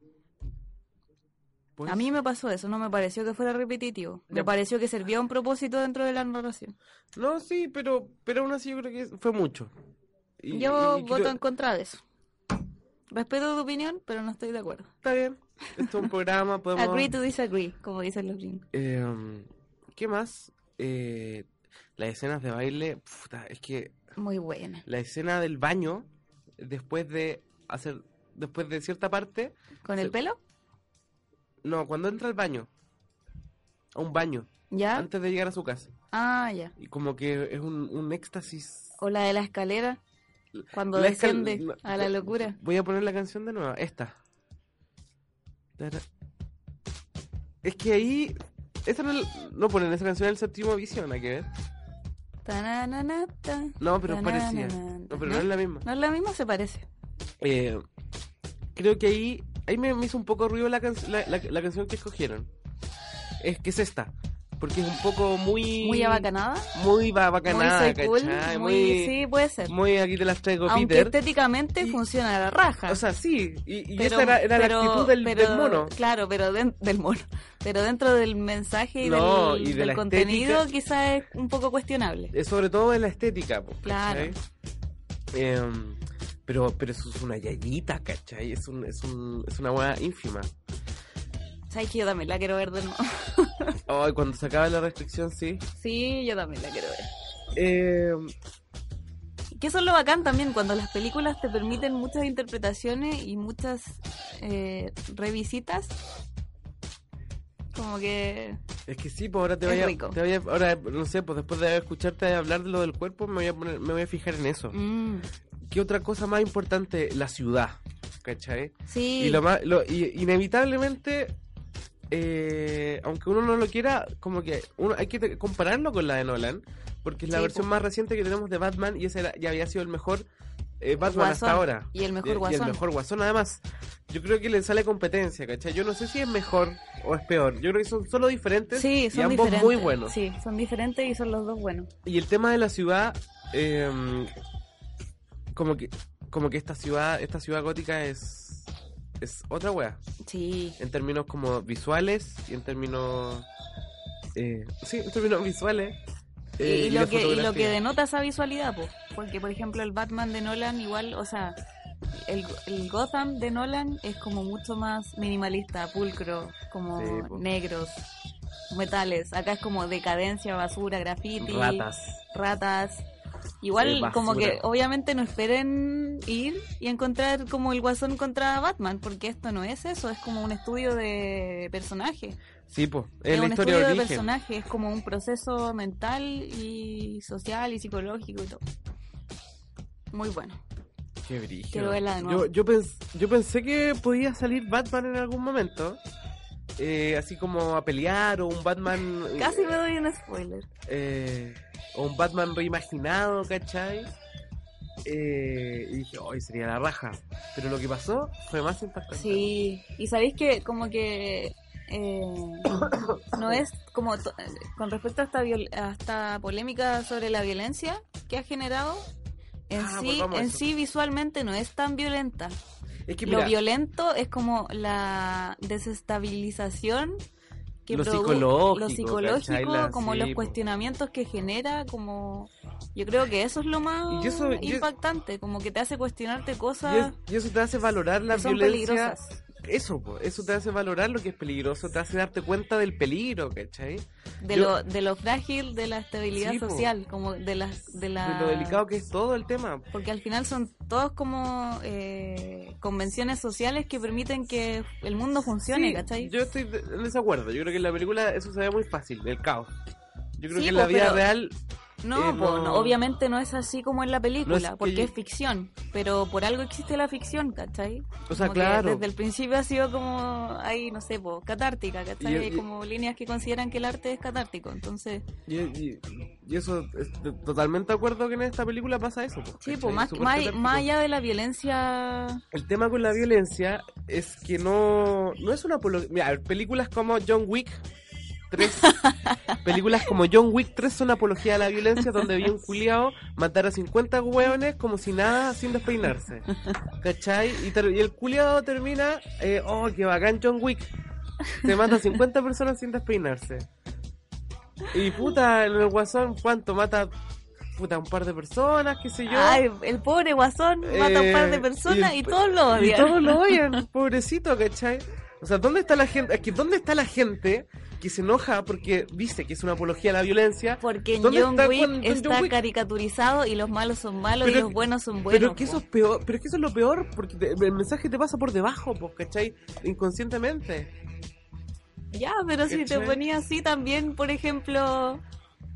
[SPEAKER 2] Pues,
[SPEAKER 3] A mí me pasó eso, no me pareció que fuera repetitivo. Me
[SPEAKER 2] Ya.
[SPEAKER 3] pareció que servía un propósito dentro de la narración.
[SPEAKER 2] No, sí, pero, pero aún así yo creo que fue mucho. Y-
[SPEAKER 3] Yo
[SPEAKER 2] y creo-
[SPEAKER 3] voto en contra de eso. Respeto tu opinión, pero no estoy de acuerdo.
[SPEAKER 2] Está bien. Esto es un programa, podemos.
[SPEAKER 3] Agree to disagree, como dicen los gringos.
[SPEAKER 2] Eh, ¿Qué más? Eh, las escenas de baile. puta, es que
[SPEAKER 3] Muy buena.
[SPEAKER 2] la escena del baño, después de hacer. Después de cierta parte.
[SPEAKER 3] ¿Con el
[SPEAKER 2] Sí.
[SPEAKER 3] pelo?
[SPEAKER 2] No, cuando entra al baño. A un baño.
[SPEAKER 3] ¿Ya?
[SPEAKER 2] Antes de llegar a su casa.
[SPEAKER 3] Ah, ya.
[SPEAKER 2] Y como que es un, un éxtasis.
[SPEAKER 3] O la de la escalera, cuando
[SPEAKER 2] La escal-
[SPEAKER 3] desciende
[SPEAKER 2] la-
[SPEAKER 3] a la locura.
[SPEAKER 2] Voy a poner la canción de nuevo. Esta. Tara. Es que ahí. Esta no, no ponen esa canción en el séptimo visión, hay que ver.
[SPEAKER 3] Tananata,
[SPEAKER 2] No, pero es
[SPEAKER 3] tananana.
[SPEAKER 2] parecida. No, pero no es la misma.
[SPEAKER 3] No es la misma, se parece.
[SPEAKER 2] Eh, creo que ahí ahí me, me hizo un poco ruido la, can- la, la- la canción que escogieron. Es que es esta. Porque es un poco muy.
[SPEAKER 3] Muy abacanada.
[SPEAKER 2] Muy ba-
[SPEAKER 3] Muy
[SPEAKER 2] bacanada,
[SPEAKER 3] soy cool.
[SPEAKER 2] ¿cachai?
[SPEAKER 3] Muy, sí, puede ser.
[SPEAKER 2] muy aquí te las traigo,
[SPEAKER 3] Aunque
[SPEAKER 2] Peter.
[SPEAKER 3] estéticamente
[SPEAKER 2] Y-
[SPEAKER 3] funciona a la raja.
[SPEAKER 2] O sea, sí. Y, y esa era, era
[SPEAKER 3] pero-
[SPEAKER 2] la actitud del,
[SPEAKER 3] pero-
[SPEAKER 2] del mono.
[SPEAKER 3] Claro, pero den- del mono. Pero dentro del mensaje y
[SPEAKER 2] No,
[SPEAKER 3] del,
[SPEAKER 2] y de
[SPEAKER 3] del
[SPEAKER 2] la
[SPEAKER 3] contenido
[SPEAKER 2] estética.
[SPEAKER 3] quizás es un poco cuestionable.
[SPEAKER 2] Eh, sobre todo en la estética, po, ¿cachai?
[SPEAKER 3] Claro.
[SPEAKER 2] Em, pero, pero eso es una yayita, ¿cachai? Es, un, es, un, es una hueá ínfima.
[SPEAKER 3] ¿Sabes que yo también la quiero ver de nuevo?
[SPEAKER 2] Ay, cuando se acaba la restricción, sí.
[SPEAKER 3] sí, yo también la quiero ver.
[SPEAKER 2] Em,
[SPEAKER 3] Que eso es lo bacán también, cuando las películas te permiten muchas interpretaciones y muchas eh, revisitas. Como que...
[SPEAKER 2] es que sí, pues ahora te
[SPEAKER 3] Es
[SPEAKER 2] voy a,
[SPEAKER 3] rico.
[SPEAKER 2] te voy a- Ahora, no sé, pues después de escucharte hablar de lo del cuerpo, me voy a, poner- me voy a fijar en eso.
[SPEAKER 3] mm,
[SPEAKER 2] ¿Qué otra cosa más importante? La ciudad, ¿cachai?
[SPEAKER 3] sí.
[SPEAKER 2] Y lo más, lo- y- inevitablemente, eh, aunque uno no lo quiera, como que uno hay que te- compararlo con la de Nolan, porque es la
[SPEAKER 3] Sí,
[SPEAKER 2] versión
[SPEAKER 3] po.
[SPEAKER 2] más reciente que tenemos de Batman y ese era- ya había sido el mejor eh, Batman hasta
[SPEAKER 3] Guasón.
[SPEAKER 2] ahora.
[SPEAKER 3] Y el mejor
[SPEAKER 2] Y- y
[SPEAKER 3] guasón.
[SPEAKER 2] el mejor guasón, además. Yo creo que le sale competencia, ¿cachai? Yo no sé si es mejor o es peor. Yo creo que son solo diferentes
[SPEAKER 3] Sí,
[SPEAKER 2] y
[SPEAKER 3] son
[SPEAKER 2] ambos
[SPEAKER 3] diferentes.
[SPEAKER 2] muy buenos.
[SPEAKER 3] Sí, son diferentes y son los dos buenos.
[SPEAKER 2] Y el tema de la ciudad, eh, como que como que esta ciudad, esta ciudad gótica es es otra wea
[SPEAKER 3] Sí.
[SPEAKER 2] en términos como visuales y en términos eh, sí en términos visuales
[SPEAKER 3] Y,
[SPEAKER 2] eh,
[SPEAKER 3] y
[SPEAKER 2] y
[SPEAKER 3] lo
[SPEAKER 2] de
[SPEAKER 3] que, y lo que
[SPEAKER 2] fotografía.
[SPEAKER 3] denota esa visualidad, po. porque por ejemplo el Batman de Nolan igual, o sea, el, el Gotham de Nolan es como mucho más minimalista, pulcro, como
[SPEAKER 2] Sí, po.
[SPEAKER 3] negros, metales, acá es como decadencia, basura, graffiti,
[SPEAKER 2] ratas
[SPEAKER 3] ratas. Igual
[SPEAKER 2] Eh, basura.
[SPEAKER 3] como que obviamente no esperen ir y encontrar como el guasón contra Batman, porque esto no es eso, es como un estudio de personaje.
[SPEAKER 2] sí pues
[SPEAKER 3] Es,
[SPEAKER 2] es la
[SPEAKER 3] un
[SPEAKER 2] historia
[SPEAKER 3] estudio
[SPEAKER 2] de
[SPEAKER 3] de,
[SPEAKER 2] origen
[SPEAKER 3] personaje, es como un proceso mental y social y psicológico y todo. Muy bueno.
[SPEAKER 2] Qué brígido.
[SPEAKER 3] Quiero verla de nuevo.
[SPEAKER 2] yo yo, pens- yo pensé que podía salir Batman en algún momento eh, así como a pelear o un Batman eh,
[SPEAKER 3] Casi me doy un spoiler.
[SPEAKER 2] eh, o un Batman reimaginado, ¿cachai? Eh, y dije, hoy sería la raja. Pero lo que pasó fue más impactante.
[SPEAKER 3] Sí, y sabéis que como que eh, no es como to- con respecto a esta, viol- a esta polémica sobre la violencia que ha generado, en,
[SPEAKER 2] Ah,
[SPEAKER 3] sí,
[SPEAKER 2] volvamos a
[SPEAKER 3] en
[SPEAKER 2] eso.
[SPEAKER 3] sí visualmente no es tan violenta.
[SPEAKER 2] Es que
[SPEAKER 3] Lo
[SPEAKER 2] mira,
[SPEAKER 3] violento es como la desestabilización que
[SPEAKER 2] Lo
[SPEAKER 3] produ-
[SPEAKER 2] psicológico,
[SPEAKER 3] lo psicológico,
[SPEAKER 2] ¿cachai? La-
[SPEAKER 3] como
[SPEAKER 2] sí,
[SPEAKER 3] los
[SPEAKER 2] po.
[SPEAKER 3] cuestionamientos que genera, como yo creo que eso es lo más
[SPEAKER 2] Y eso- y-
[SPEAKER 3] impactante, como que te hace cuestionarte
[SPEAKER 2] y, es-
[SPEAKER 3] cosas
[SPEAKER 2] y eso te hace valorar la
[SPEAKER 3] que son
[SPEAKER 2] violencia
[SPEAKER 3] peligrosas.
[SPEAKER 2] eso, po, eso te hace valorar lo que es peligroso, te hace darte cuenta del peligro, ¿cachai?
[SPEAKER 3] De,
[SPEAKER 2] Yo-
[SPEAKER 3] lo, de lo frágil de la estabilidad
[SPEAKER 2] Sí, po.
[SPEAKER 3] social, como de las... De la...
[SPEAKER 2] De lo delicado que es todo el tema.
[SPEAKER 3] Porque al final son todos como eh, convenciones sociales que permiten que el mundo funcione,
[SPEAKER 2] Sí,
[SPEAKER 3] ¿cachai?
[SPEAKER 2] Yo estoy de- en desacuerdo. Yo creo que en la película eso se ve muy fácil, el caos. Yo creo
[SPEAKER 3] Sí,
[SPEAKER 2] que en
[SPEAKER 3] po,
[SPEAKER 2] la vida
[SPEAKER 3] pero-
[SPEAKER 2] real
[SPEAKER 3] No,
[SPEAKER 2] Eh,
[SPEAKER 3] po,
[SPEAKER 2] no.
[SPEAKER 3] no, obviamente no es así como en la película,
[SPEAKER 2] No es que
[SPEAKER 3] porque
[SPEAKER 2] yo-
[SPEAKER 3] es ficción, pero por algo existe la ficción, ¿cachai?
[SPEAKER 2] O sea,
[SPEAKER 3] Como que
[SPEAKER 2] claro.
[SPEAKER 3] Desde el principio ha sido como, ahí, no sé, po, catártica, ¿cachai?
[SPEAKER 2] Y-
[SPEAKER 3] Hay
[SPEAKER 2] y-
[SPEAKER 3] como líneas que consideran que el arte es catártico, entonces,
[SPEAKER 2] Y, y- y eso, es t- totalmente de acuerdo que en esta película pasa eso. po,
[SPEAKER 3] sí, po,
[SPEAKER 2] ¿cachai?
[SPEAKER 3] más,
[SPEAKER 2] Súper
[SPEAKER 3] más,
[SPEAKER 2] catártico.
[SPEAKER 3] más allá de la violencia,
[SPEAKER 2] El tema con la violencia es que no, no es una apología. Mira, películas como John Wick 3, películas como John Wick 3 son apología a la violencia, donde vi un culiao matar a 50 hueones como si nada, sin despeinarse. ¿Cachai? Y, ter- y el culiao termina, eh, oh, qué bacán John Wick. Te mata a 50 personas sin despeinarse. Y puta, en el guasón, ¿cuánto? Mata puta un par de personas, qué sé yo.
[SPEAKER 3] ay, el pobre guasón mata a un par
[SPEAKER 2] Eh,
[SPEAKER 3] de personas
[SPEAKER 2] y
[SPEAKER 3] y,
[SPEAKER 2] el-
[SPEAKER 3] todos lo
[SPEAKER 2] Y
[SPEAKER 3] odian.
[SPEAKER 2] todos lo odian, pobrecito, ¿cachai? O sea, ¿dónde está la gente? Es que ¿dónde está la gente que se enoja porque dice que es una apología a la violencia?
[SPEAKER 3] Porque en
[SPEAKER 2] ¿Dónde
[SPEAKER 3] John
[SPEAKER 2] está
[SPEAKER 3] Wick
[SPEAKER 2] cuando en John
[SPEAKER 3] está
[SPEAKER 2] Wick?
[SPEAKER 3] caricaturizado y los malos son malos
[SPEAKER 2] Pero-
[SPEAKER 3] y los buenos son buenos.
[SPEAKER 2] Pero es que
[SPEAKER 3] po.
[SPEAKER 2] eso es peor, pero es que eso es lo peor, porque te- el mensaje te pasa por debajo, po, ¿cachai? Inconscientemente.
[SPEAKER 3] Ya, pero si te
[SPEAKER 2] ¿Cachai?
[SPEAKER 3] ponía así también, por ejemplo,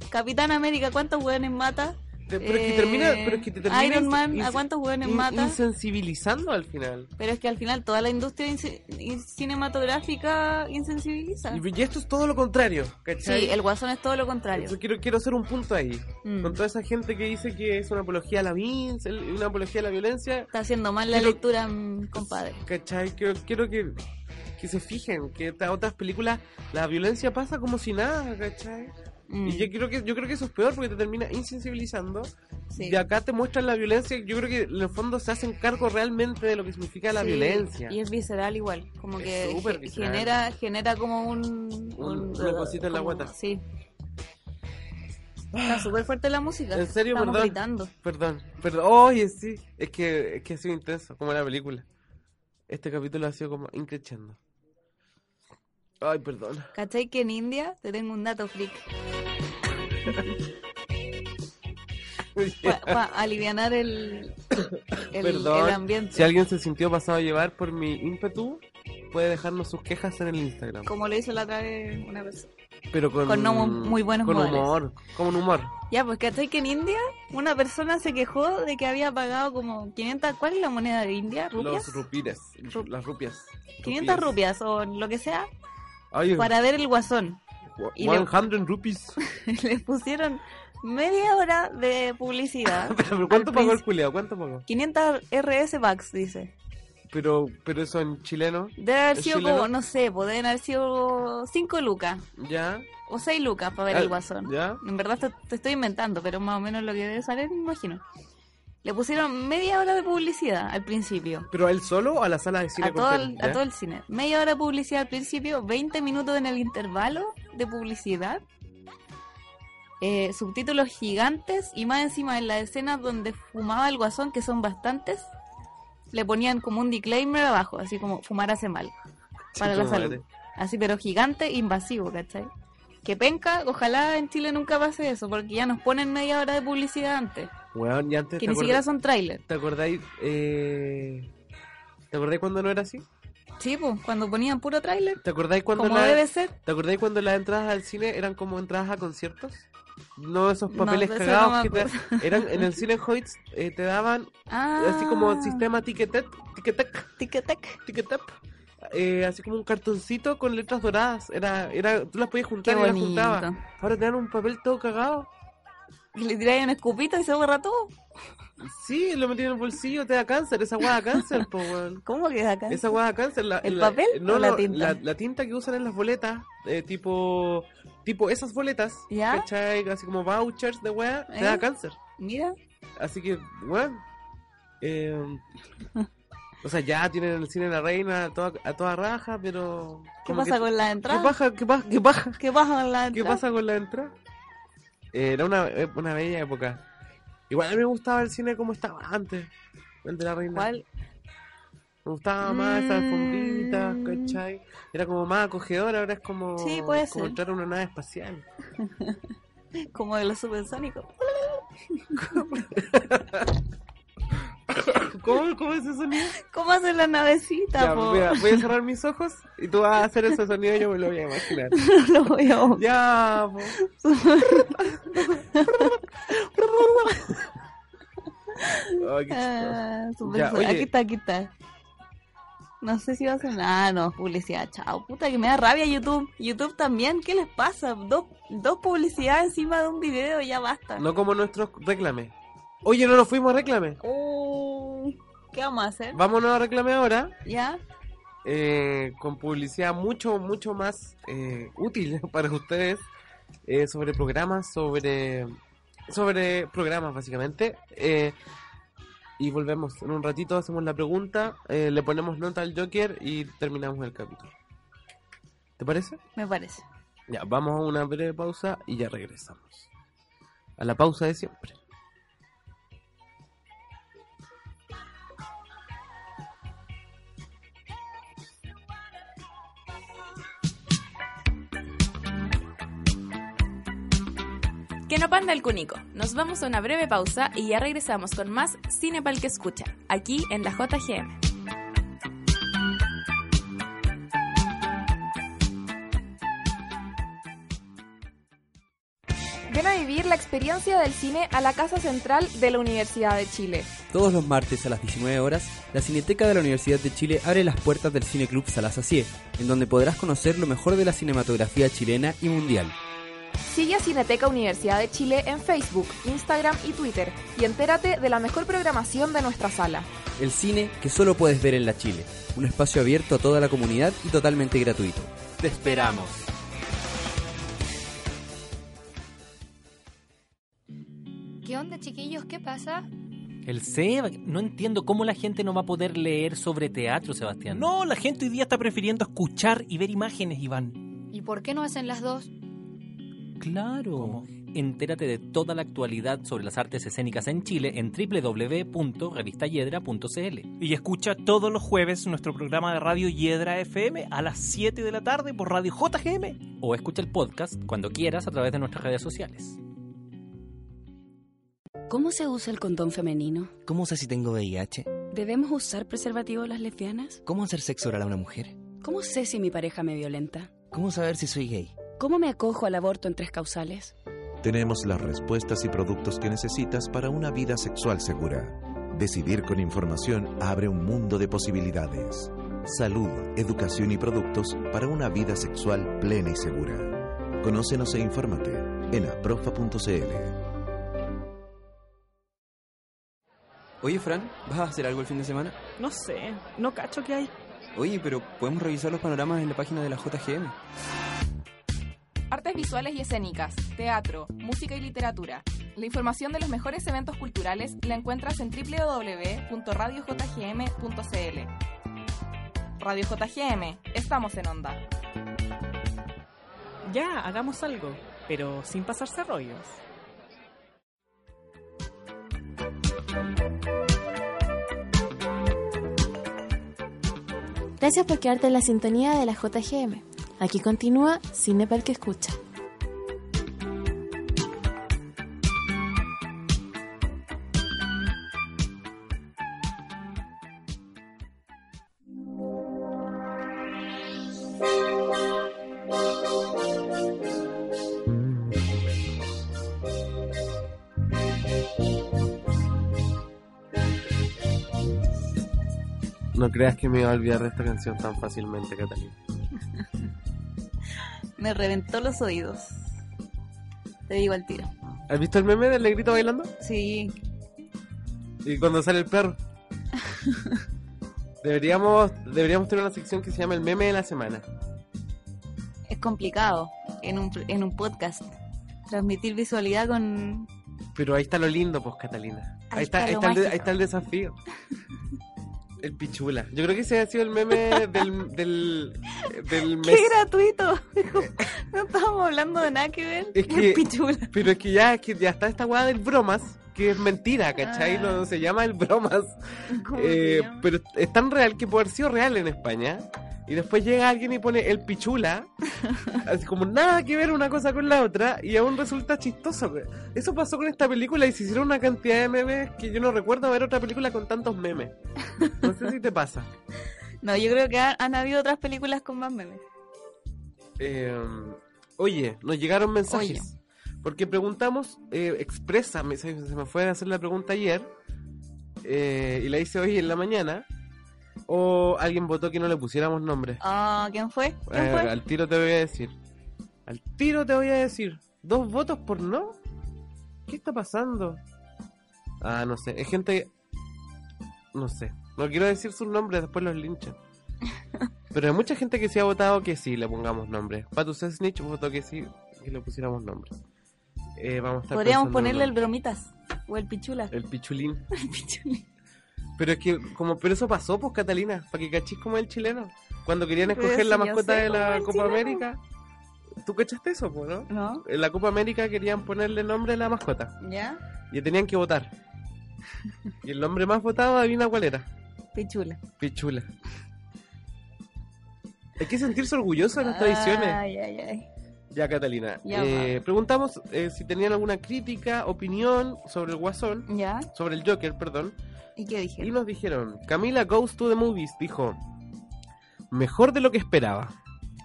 [SPEAKER 3] Capitán América, ¿cuántos hueones mata?
[SPEAKER 2] Te- pero es
[SPEAKER 3] Eh,
[SPEAKER 2] que termina, pero es que te termina
[SPEAKER 3] Iron Man,
[SPEAKER 2] ins-
[SPEAKER 3] ¿a cuántos hueones
[SPEAKER 2] in-
[SPEAKER 3] mata?
[SPEAKER 2] insensibilizando al final.
[SPEAKER 3] Pero es que al final toda la industria inse- in- cinematográfica insensibiliza.
[SPEAKER 2] Y, y esto es todo lo contrario, ¿cachai?
[SPEAKER 3] Ah. Sí, el guasón es todo lo contrario.
[SPEAKER 2] Yo quiero, quiero hacer un punto ahí.
[SPEAKER 3] Mm.
[SPEAKER 2] Con toda esa gente que dice que es una apología a la violencia, una apología a la violencia,
[SPEAKER 3] Está haciendo mal la
[SPEAKER 2] Quiero-
[SPEAKER 3] lectura, mm, compadre.
[SPEAKER 2] ¿Cachai? Quiero, quiero que, que se fijen que en otras películas la violencia pasa como si nada, ¿cachai?
[SPEAKER 3] Mm,
[SPEAKER 2] Y yo creo, que, yo creo que eso es peor porque te termina insensibilizando.
[SPEAKER 3] sí.
[SPEAKER 2] Y acá te muestran la violencia. Yo creo que en el fondo se hacen cargo realmente de lo que significa la
[SPEAKER 3] Sí,
[SPEAKER 2] violencia.
[SPEAKER 3] Y es visceral igual, como
[SPEAKER 2] Es
[SPEAKER 3] que
[SPEAKER 2] súper
[SPEAKER 3] ge-
[SPEAKER 2] visceral.
[SPEAKER 3] genera genera como un...
[SPEAKER 2] una cosita en la
[SPEAKER 3] como-
[SPEAKER 2] guata.
[SPEAKER 3] Sí. Está súper fuerte la música.
[SPEAKER 2] En serio,
[SPEAKER 3] Estamos
[SPEAKER 2] perdón.
[SPEAKER 3] gritando.
[SPEAKER 2] Perdón, perdón. Oye, sí. Es que, es que ha sido intenso, como la película. Este capítulo ha sido como increchando. Ay, perdón.
[SPEAKER 3] ¿Cachai que en India te tengo un dato freak? Para alivianar el, el,
[SPEAKER 2] Perdón.
[SPEAKER 3] el ambiente.
[SPEAKER 2] Si alguien se sintió pasado a llevar por mi ímpetu, puede dejarnos sus quejas en el Instagram.
[SPEAKER 3] Como lo hizo la otra vez una persona.
[SPEAKER 2] Pero con,
[SPEAKER 3] Con no mu- muy buenos
[SPEAKER 2] con
[SPEAKER 3] modales.
[SPEAKER 2] humor. Con humor.
[SPEAKER 3] Ya, pues ¿cachai que en India una persona se quejó de que había pagado como 500... ¿Cuál es la moneda de India? ¿Rupias?
[SPEAKER 2] Los rupias.
[SPEAKER 3] Ru-
[SPEAKER 2] las rupias.
[SPEAKER 3] 500 rupias o lo que sea
[SPEAKER 2] Ay,
[SPEAKER 3] para ver el guasón.
[SPEAKER 2] wa-
[SPEAKER 3] y le-
[SPEAKER 2] 100 rupees.
[SPEAKER 3] le pusieron media hora de publicidad.
[SPEAKER 2] pero ¿cuánto
[SPEAKER 3] Al
[SPEAKER 2] pagó el
[SPEAKER 3] principio-
[SPEAKER 2] culeado? ¿Cuánto pagó?
[SPEAKER 3] 500 RS bucks, dice.
[SPEAKER 2] Pero, pero eso en chileno,
[SPEAKER 3] Debe haber
[SPEAKER 2] ¿Es
[SPEAKER 3] sido como,
[SPEAKER 2] chileno?
[SPEAKER 3] no sé, pueden haber sido 5 lucas
[SPEAKER 2] ¿ya?
[SPEAKER 3] o 6 lucas para ver
[SPEAKER 2] Ah,
[SPEAKER 3] el guasón.
[SPEAKER 2] ¿Ya?
[SPEAKER 3] En verdad te, te estoy inventando, pero más o menos lo que debe salir, me imagino. Le pusieron media hora de publicidad al principio.
[SPEAKER 2] ¿Pero a él solo o a la sala de cine?
[SPEAKER 3] A todo, el,
[SPEAKER 2] completa?
[SPEAKER 3] a
[SPEAKER 2] ¿Ya?
[SPEAKER 3] todo el cine. Media hora de publicidad al principio, 20 minutos en el intervalo de publicidad. eh, subtítulos gigantes y más encima en las escenas donde fumaba el guasón, que son bastantes, le ponían como un disclaimer abajo, así como fumar hace mal para la
[SPEAKER 2] Chuta madre.
[SPEAKER 3] salud. Así, pero gigante, invasivo, ¿cachai? Que penca, ojalá en Chile nunca pase eso, porque ya nos ponen media hora de publicidad antes,
[SPEAKER 2] Weón, y antes
[SPEAKER 3] que
[SPEAKER 2] te
[SPEAKER 3] ni siquiera
[SPEAKER 2] acordáis-
[SPEAKER 3] son trailers.
[SPEAKER 2] ¿Te acordáis? Eh... ¿Te acordáis cuando no era así?
[SPEAKER 3] Sí, pues, cuando ponían puro trailer,
[SPEAKER 2] ¿Te acordáis cuando
[SPEAKER 3] como
[SPEAKER 2] la-
[SPEAKER 3] debe ser.
[SPEAKER 2] ¿Te acordáis cuando las entradas al cine eran como entradas a conciertos? No esos
[SPEAKER 3] No,
[SPEAKER 2] papeles
[SPEAKER 3] de eso
[SPEAKER 2] cagados
[SPEAKER 3] no me
[SPEAKER 2] que te eran en el cine en Hoyts eh, te daban
[SPEAKER 3] Ah,
[SPEAKER 2] así como sistema ticketet, ticketek,
[SPEAKER 3] Tic-tac.
[SPEAKER 2] ticketep, eh, así como un cartoncito con letras doradas, era era tú las podías
[SPEAKER 3] Qué
[SPEAKER 2] juntar y las
[SPEAKER 3] bonito.
[SPEAKER 2] juntabas. Ahora te dan un papel todo cagado.
[SPEAKER 3] Y le tiráis un escupito y se borra todo.
[SPEAKER 2] Sí, lo metí en el bolsillo, te da cáncer, esa hueá da cáncer, po weón.
[SPEAKER 3] ¿Cómo que acá?
[SPEAKER 2] Esa hueá da cáncer, la,
[SPEAKER 3] ¿El
[SPEAKER 2] la- eh,
[SPEAKER 3] papel
[SPEAKER 2] no,
[SPEAKER 3] o la
[SPEAKER 2] no,
[SPEAKER 3] tinta?
[SPEAKER 2] La, la tinta que usan en las boletas, eh, tipo tipo esas boletas,
[SPEAKER 3] ¿Ya?
[SPEAKER 2] ¿cachai? Así como vouchers de hueá, te da
[SPEAKER 3] ¿Eh?
[SPEAKER 2] cáncer.
[SPEAKER 3] Mira,
[SPEAKER 2] Así que, bueno. eh, o sea, ya tienen el cine de la reina a toda, a toda raja, pero.
[SPEAKER 3] ¿qué
[SPEAKER 2] como
[SPEAKER 3] pasa
[SPEAKER 2] que-
[SPEAKER 3] con la
[SPEAKER 2] ¿Qué
[SPEAKER 3] entrada?
[SPEAKER 2] pasa? ¿Qué pasa? ¿Qué pasa?
[SPEAKER 3] ¿Qué pasa con la
[SPEAKER 2] ¿Qué
[SPEAKER 3] entrada?
[SPEAKER 2] pasa con la entrada? Era una, eh, una bella época. Igual a mí me gustaba el cine como estaba antes. El de la reina.
[SPEAKER 3] ¿Cuál?
[SPEAKER 2] Me gustaba más esas alfombritas,
[SPEAKER 3] Mm.
[SPEAKER 2] ¿cachai? Era como más acogedor, ahora es como,
[SPEAKER 3] Sí, puede
[SPEAKER 2] como
[SPEAKER 3] ser.
[SPEAKER 2] entrar a una nave espacial.
[SPEAKER 3] Como de los supersónicos.
[SPEAKER 2] ¿Cómo, cómo es ese sonido?
[SPEAKER 3] ¿Cómo hacen la navecita,
[SPEAKER 2] Ya,
[SPEAKER 3] po?
[SPEAKER 2] mira, voy a cerrar mis ojos y tú vas a hacer ese sonido y yo me lo voy a imaginar.
[SPEAKER 3] No lo voy a buscar.
[SPEAKER 2] Ya, po. Ay, qué chistoso.
[SPEAKER 3] Ah, supersónico.
[SPEAKER 2] oye.
[SPEAKER 3] Aquí está, aquí está. No sé si va a ser nada, Ah, no, publicidad, chao. Puta, que me da rabia YouTube. YouTube también, ¿qué les pasa? Dos, dos publicidades encima de un video, ya basta.
[SPEAKER 2] No como nuestros reclames. Oye, no nos fuimos a reclame.
[SPEAKER 3] Oh, ¿Qué vamos a hacer?
[SPEAKER 2] Vámonos a reclame ahora.
[SPEAKER 3] ¿Ya?
[SPEAKER 2] eh, con publicidad mucho, mucho más eh, útil para ustedes eh, sobre programas, sobre, sobre programas básicamente. Eh, y volvemos en un ratito, hacemos la pregunta, eh, le ponemos nota al Joker y terminamos el capítulo. ¿Te parece?
[SPEAKER 3] Me parece.
[SPEAKER 2] Ya, vamos a una breve pausa y ya regresamos. A la pausa de siempre.
[SPEAKER 4] Que no panda el cúnico. Nos vamos a una breve pausa y ya regresamos con más Cinepal que escucha, aquí en la JGM.
[SPEAKER 1] Ven a vivir la experiencia del cine a la Casa Central de la Universidad de Chile.
[SPEAKER 5] Todos los martes a las 19 horas, la Cineteca de la Universidad de Chile abre las puertas del Cine Club Salasacie, en donde podrás conocer lo mejor de la cinematografía chilena y mundial.
[SPEAKER 1] Sigue a Cineteca Universidad de Chile en Facebook, Instagram y Twitter y entérate de la mejor programación de nuestra sala.
[SPEAKER 5] El cine que solo puedes ver en la Chile, un espacio abierto a toda la comunidad y totalmente gratuito.
[SPEAKER 6] Te esperamos.
[SPEAKER 7] ¿Qué onda, chiquillos? ¿Qué pasa?
[SPEAKER 6] El Seba, no entiendo cómo la gente no va a poder leer sobre teatro, Sebastián.
[SPEAKER 8] No, la gente hoy día está prefiriendo escuchar y ver imágenes, Iván.
[SPEAKER 7] ¿Y por qué no hacen las dos?
[SPEAKER 6] claro. Entérate de toda la actualidad sobre las artes escénicas en Chile en www.revistayedra.cl.
[SPEAKER 8] Y escucha todos los jueves nuestro programa de radio Hiedra FM a las 7 de la tarde por Radio JGM.
[SPEAKER 6] O escucha el podcast cuando quieras a través de nuestras redes sociales.
[SPEAKER 9] ¿Cómo se usa el condón femenino?
[SPEAKER 10] ¿Cómo sé si tengo VIH?
[SPEAKER 9] ¿Debemos usar preservativo las lesbianas?
[SPEAKER 10] ¿Cómo hacer sexo oral a una mujer?
[SPEAKER 9] ¿Cómo sé si mi pareja me violenta?
[SPEAKER 10] ¿Cómo saber si soy gay?
[SPEAKER 9] ¿Cómo me acojo al aborto en tres causales?
[SPEAKER 11] Tenemos las respuestas y productos que necesitas para una vida sexual segura. Decidir con información abre un mundo de posibilidades. Salud, educación y productos para una vida sexual plena y segura. Conócenos e infórmate en aprofa.cl.
[SPEAKER 5] Oye, Fran, ¿vas a hacer algo el fin de semana?
[SPEAKER 8] No sé, no cacho que hay.
[SPEAKER 5] Oye, pero podemos revisar los panoramas en la página de la JGM.
[SPEAKER 4] Artes visuales y escénicas, teatro, música y literatura. La información de los mejores eventos culturales la encuentras en www.radiojgm.cl. Radio JGM, estamos en onda.
[SPEAKER 8] Ya, hagamos algo, pero sin pasarse rollos.
[SPEAKER 12] Gracias por quedarte en la sintonía de la JGM. Aquí continúa Cinepal que escucha.
[SPEAKER 2] No creas que me iba a olvidar de esta canción tan fácilmente, Catalina.
[SPEAKER 3] Me reventó los oídos. Te digo al tiro.
[SPEAKER 2] ¿Has visto el meme del negrito bailando?
[SPEAKER 3] Sí,
[SPEAKER 2] Y cuando sale el perro. deberíamos, deberíamos tener una sección que se llama el meme de la semana.
[SPEAKER 3] es complicado en un, en un podcast transmitir visualidad con...
[SPEAKER 2] Pero ahí está lo lindo, pues Catalina. Ahí,
[SPEAKER 3] Ahí
[SPEAKER 2] está,
[SPEAKER 3] está
[SPEAKER 2] ahí,
[SPEAKER 3] lo
[SPEAKER 2] está el, de-
[SPEAKER 3] mágico.
[SPEAKER 2] ahí está el desafío. El pichula. Yo creo que ese ha sido el meme del, del, del
[SPEAKER 3] ¡Qué
[SPEAKER 2] mes.
[SPEAKER 3] gratuito! No estábamos hablando de nada que ver.
[SPEAKER 2] Es
[SPEAKER 3] Y el
[SPEAKER 2] que-
[SPEAKER 3] pichula.
[SPEAKER 2] Pero es que ya, es que ya está esta guada del bromas. que es mentira, ¿cachai?
[SPEAKER 3] Ah.
[SPEAKER 2] No, se llama el bromas. Eh, pero es tan real que puede haber sido real en España. Y después llega alguien y pone el pichula. Así como nada que ver una cosa con la otra. Y aún resulta chistoso. Eso pasó con esta película y se hicieron una cantidad de memes que yo no recuerdo ver otra película con tantos memes. No sé si te pasa.
[SPEAKER 3] No, yo creo que ha- han habido otras películas con más memes.
[SPEAKER 2] Eh, oye, nos llegaron mensajes. Porque preguntamos, eh, expresa, me- se, se me fue a hacer la pregunta ayer, eh, y la hice hoy en la mañana, o alguien votó que no le pusiéramos nombre.
[SPEAKER 3] Ah, ¿quién fue? ¿Quién
[SPEAKER 2] Eh,
[SPEAKER 3] fue?
[SPEAKER 2] al tiro te voy a decir. Al tiro te voy a decir. ¿Dos votos por no? ¿Qué está pasando? Ah, no sé. Es gente... No sé. No quiero decir sus nombres, después los linchan. Pero hay mucha gente que sí ha votado que sí le pongamos nombre. Patu Snitch votó que sí que le pusiéramos nombre. Eh, vamos a estar pensando
[SPEAKER 3] Podríamos
[SPEAKER 2] en
[SPEAKER 3] ponerle el
[SPEAKER 2] nombre.
[SPEAKER 3] bromitas o el pichula.
[SPEAKER 2] El pichulín. Pero es que, como, pero eso pasó, pues Catalina, para que cachis como el chileno. Cuando querían
[SPEAKER 3] Pero
[SPEAKER 2] escoger
[SPEAKER 3] si
[SPEAKER 2] la
[SPEAKER 3] yo
[SPEAKER 2] mascota
[SPEAKER 3] sé
[SPEAKER 2] de
[SPEAKER 3] cómo
[SPEAKER 2] la
[SPEAKER 3] el
[SPEAKER 2] Copa
[SPEAKER 3] chileno.
[SPEAKER 2] América, ¿tú cachaste eso, pues, no?
[SPEAKER 3] No.
[SPEAKER 2] En la Copa América querían ponerle nombre a la mascota.
[SPEAKER 3] ¿Ya?
[SPEAKER 2] Y tenían que votar. Y el nombre más votado, adivina cuál era.
[SPEAKER 3] Pichula.
[SPEAKER 2] Pichula. Hay que sentirse orgulloso de las tradiciones.
[SPEAKER 3] Ay, ay, ay.
[SPEAKER 2] Ya, Catalina.
[SPEAKER 3] Ya,
[SPEAKER 2] eh, preguntamos eh, si tenían alguna crítica, opinión sobre el Guasón.
[SPEAKER 3] Ya.
[SPEAKER 2] Sobre el Joker, perdón.
[SPEAKER 3] ¿Y qué dije?
[SPEAKER 2] Y nos dijeron, Camila Goes to the Movies dijo, mejor de lo que esperaba,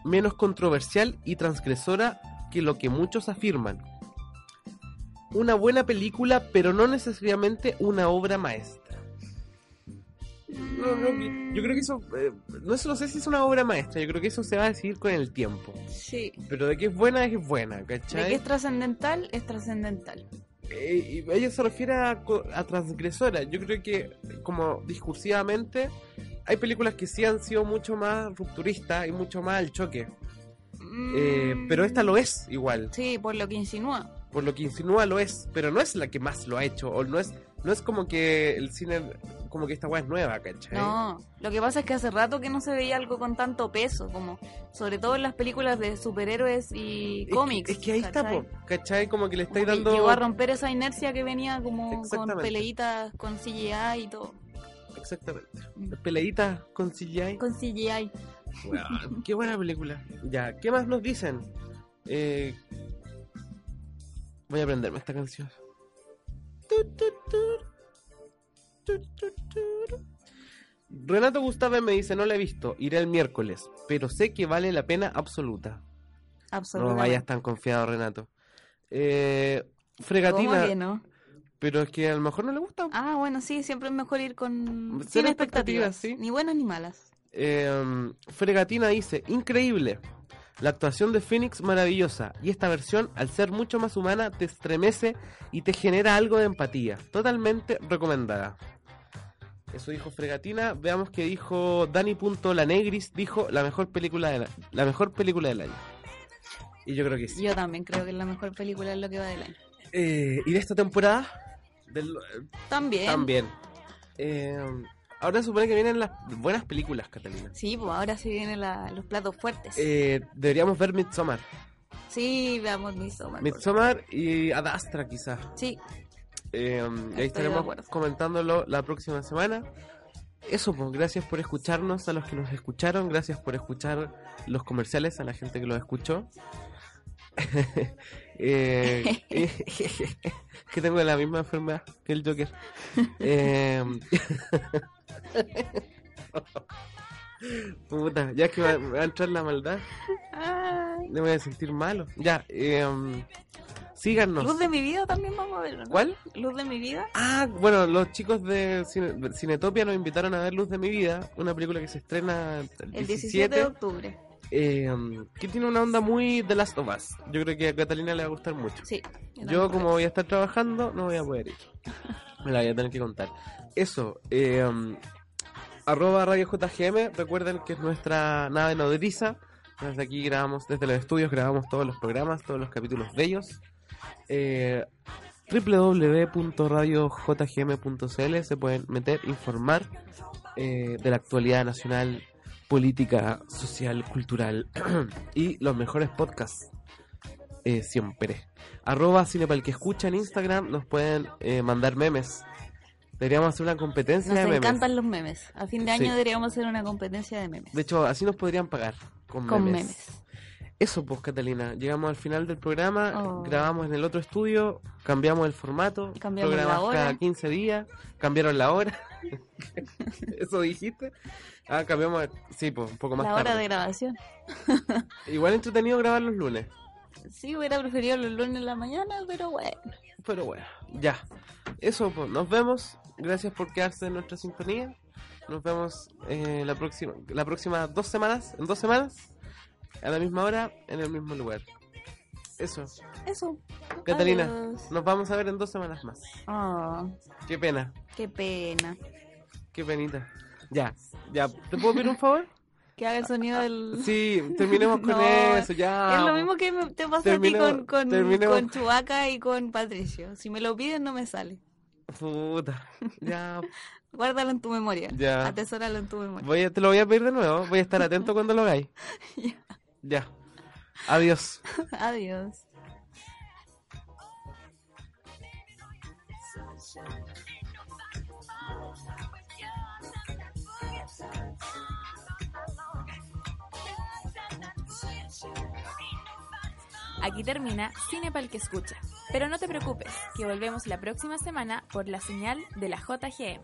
[SPEAKER 2] menos controversial y transgresora que lo que muchos afirman. Una buena película, pero no necesariamente una obra maestra. No, no, que- yo creo que eso, eh, no se- no sé si es una obra maestra, yo creo que eso se va a decidir con el tiempo.
[SPEAKER 3] Sí.
[SPEAKER 2] Pero de que es buena, es buena, ¿cachai?
[SPEAKER 3] De que es trascendental, es trascendental.
[SPEAKER 2] Eh, y ella se refiere a, co- a transgresora. Yo creo que, como discursivamente, hay películas que sí han sido mucho más rupturistas y mucho más al choque. Eh, pero esta lo es igual.
[SPEAKER 3] Mm. Sí, por lo que insinúa.
[SPEAKER 2] Por lo que insinúa lo es, pero no es la que más lo ha hecho. O no es, no es como que el cine, como que esta weá es nueva, ¿cachai?
[SPEAKER 3] No, lo que pasa es que hace rato que no se veía algo con tanto peso, como sobre todo en las películas de superhéroes y
[SPEAKER 2] Es que-
[SPEAKER 3] cómics.
[SPEAKER 2] Es que ahí está,
[SPEAKER 3] ¿cachai?
[SPEAKER 2] po, ¿cachai? Como que le estáis
[SPEAKER 3] Como que
[SPEAKER 2] dando...
[SPEAKER 3] Llegó a romper esa inercia que venía como con
[SPEAKER 2] Exactamente.
[SPEAKER 3] peleitas, con CGI y todo.
[SPEAKER 2] Exactamente.
[SPEAKER 3] Mm.
[SPEAKER 2] Peleitas con CGI.
[SPEAKER 3] Con CGI.
[SPEAKER 2] Weón, qué buena película. Ya, ¿qué más nos dicen? Eh, voy a aprenderme esta canción. Renato Gustave me dice, no la he visto, iré el miércoles, pero sé que vale la pena absoluta. No
[SPEAKER 3] Absolutamente.
[SPEAKER 2] vayas tan confiado, Renato. Eh,
[SPEAKER 3] ¿Cómo
[SPEAKER 2] fregatina,
[SPEAKER 3] que no?
[SPEAKER 2] pero es que a lo mejor no le gusta.
[SPEAKER 3] Ah, bueno, sí, siempre es mejor ir con...
[SPEAKER 2] Cero
[SPEAKER 3] Sin
[SPEAKER 2] expectativas,
[SPEAKER 3] expectativas,
[SPEAKER 2] sí.
[SPEAKER 3] ni buenas ni malas.
[SPEAKER 2] Eh, Fregatina dice, increíble. La actuación de Phoenix maravillosa y esta versión, al ser mucho más humana, te estremece y te genera algo de empatía. Totalmente recomendada. Eso dijo Fregatina. Veamos que dijo Dani.lanegris, dijo la mejor película de la, la mejor película del año. Y yo creo que sí.
[SPEAKER 3] Yo también creo que es la mejor película en lo que va del año.
[SPEAKER 2] Eh, ¿Y de esta temporada? Del- eh,
[SPEAKER 3] También.
[SPEAKER 2] También. Eh, Em. ahora se supone que vienen las buenas películas, Catalina.
[SPEAKER 3] Sí, pues ahora sí vienen la- los platos fuertes.
[SPEAKER 2] Eh, deberíamos ver Midsommar.
[SPEAKER 3] Sí, veamos Midsommar. por favor.
[SPEAKER 2] Midsommar y Adastra quizás.
[SPEAKER 3] Sí,
[SPEAKER 2] Eh, y ahí
[SPEAKER 3] de
[SPEAKER 2] estaremos
[SPEAKER 3] acuerdo.
[SPEAKER 2] comentándolo la próxima semana. Eso, pues gracias por escucharnos a los que nos escucharon, gracias por escuchar los comerciales a la gente que los escuchó. Eh, que tengo la misma enfermedad que el Joker. Eh, puta, ya que va- me va a entrar la maldad. Me voy a sentir malo. Ya, eh, síganos.
[SPEAKER 3] Luz de mi vida también vamos a verlo. ¿no?
[SPEAKER 2] ¿Cuál?
[SPEAKER 3] Luz de mi vida.
[SPEAKER 2] Ah, bueno, los chicos de Cine- Cinetopia nos invitaron a ver Luz de mi vida, una película que se estrena el,
[SPEAKER 3] El 17 de
[SPEAKER 2] 17,
[SPEAKER 3] octubre.
[SPEAKER 2] eh, que tiene una onda muy de Last of Us. Yo creo que a Catalina le va a gustar mucho.
[SPEAKER 3] Sí.
[SPEAKER 2] Yo como voy a estar trabajando, no voy a poder ir. Me la voy a tener que contar. Eso, eh, arroba Radio JGM, recuerden que es nuestra nave nodriza. Desde aquí grabamos, desde los estudios grabamos todos los programas, todos los capítulos de ellos. Eh, www.radiojgm.cl se pueden meter, informar eh, de la actualidad nacional, política, social, cultural y los mejores podcasts. eh, siempre. Arroba Cine para el que escucha en Instagram nos pueden eh, mandar memes. Deberíamos hacer una competencia
[SPEAKER 3] Nos
[SPEAKER 2] de memes.
[SPEAKER 3] encantan los memes. A fin de año
[SPEAKER 2] Sí.
[SPEAKER 3] deberíamos hacer una competencia de memes.
[SPEAKER 2] De hecho, así nos podrían pagar con,
[SPEAKER 3] Con
[SPEAKER 2] memes.
[SPEAKER 3] memes.
[SPEAKER 2] Eso pues, Catalina. Llegamos al final del programa,
[SPEAKER 3] Oh.
[SPEAKER 2] grabamos en el otro estudio, cambiamos el formato,
[SPEAKER 3] Cambiamos
[SPEAKER 2] programas
[SPEAKER 3] la hora.
[SPEAKER 2] cada 15 días, cambiaron la hora. Eso dijiste. Ah, cambiamos, sí, pues, un poco más
[SPEAKER 3] La
[SPEAKER 2] tarde.
[SPEAKER 3] hora de grabación.
[SPEAKER 2] Igual entretenido grabar los lunes.
[SPEAKER 3] Sí, hubiera preferido los lunes en la mañana, pero bueno.
[SPEAKER 2] Pero bueno, ya. Eso, pues, nos vemos. Gracias por quedarse en nuestra sintonía. Nos vemos eh, la próxima, la próxima dos semanas, en dos semanas, a la misma hora, en el mismo lugar. Eso.
[SPEAKER 3] Eso.
[SPEAKER 2] Catalina,
[SPEAKER 3] Adiós.
[SPEAKER 2] nos vamos a ver en dos semanas más.
[SPEAKER 3] Oh,
[SPEAKER 2] Qué pena,
[SPEAKER 3] qué pena.
[SPEAKER 2] qué penita. Ya, ya. ¿Te puedo pedir un favor?
[SPEAKER 3] Que haga el sonido del...
[SPEAKER 2] Sí, terminemos con
[SPEAKER 3] No,
[SPEAKER 2] eso, ya.
[SPEAKER 3] Es lo mismo que me- te pasa a ti
[SPEAKER 2] Terminemos-
[SPEAKER 3] con, con,
[SPEAKER 2] terminemos.
[SPEAKER 3] con Chubaca y con Patricio. Si me lo piden, no me sale.
[SPEAKER 2] Puta. Ya,
[SPEAKER 3] Guárdalo en tu memoria.
[SPEAKER 2] Ya.
[SPEAKER 3] Atesóralo en tu memoria.
[SPEAKER 2] voy a- te lo voy a pedir de nuevo. Voy a estar atento cuando lo hagáis. Ya. Adiós.
[SPEAKER 3] Adiós.
[SPEAKER 1] Aquí termina Cine Pal que escucha. Pero no te preocupes, que volvemos la próxima semana por la señal de la JGM.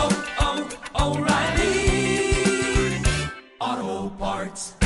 [SPEAKER 13] oh, O'Reilly. Auto Parts.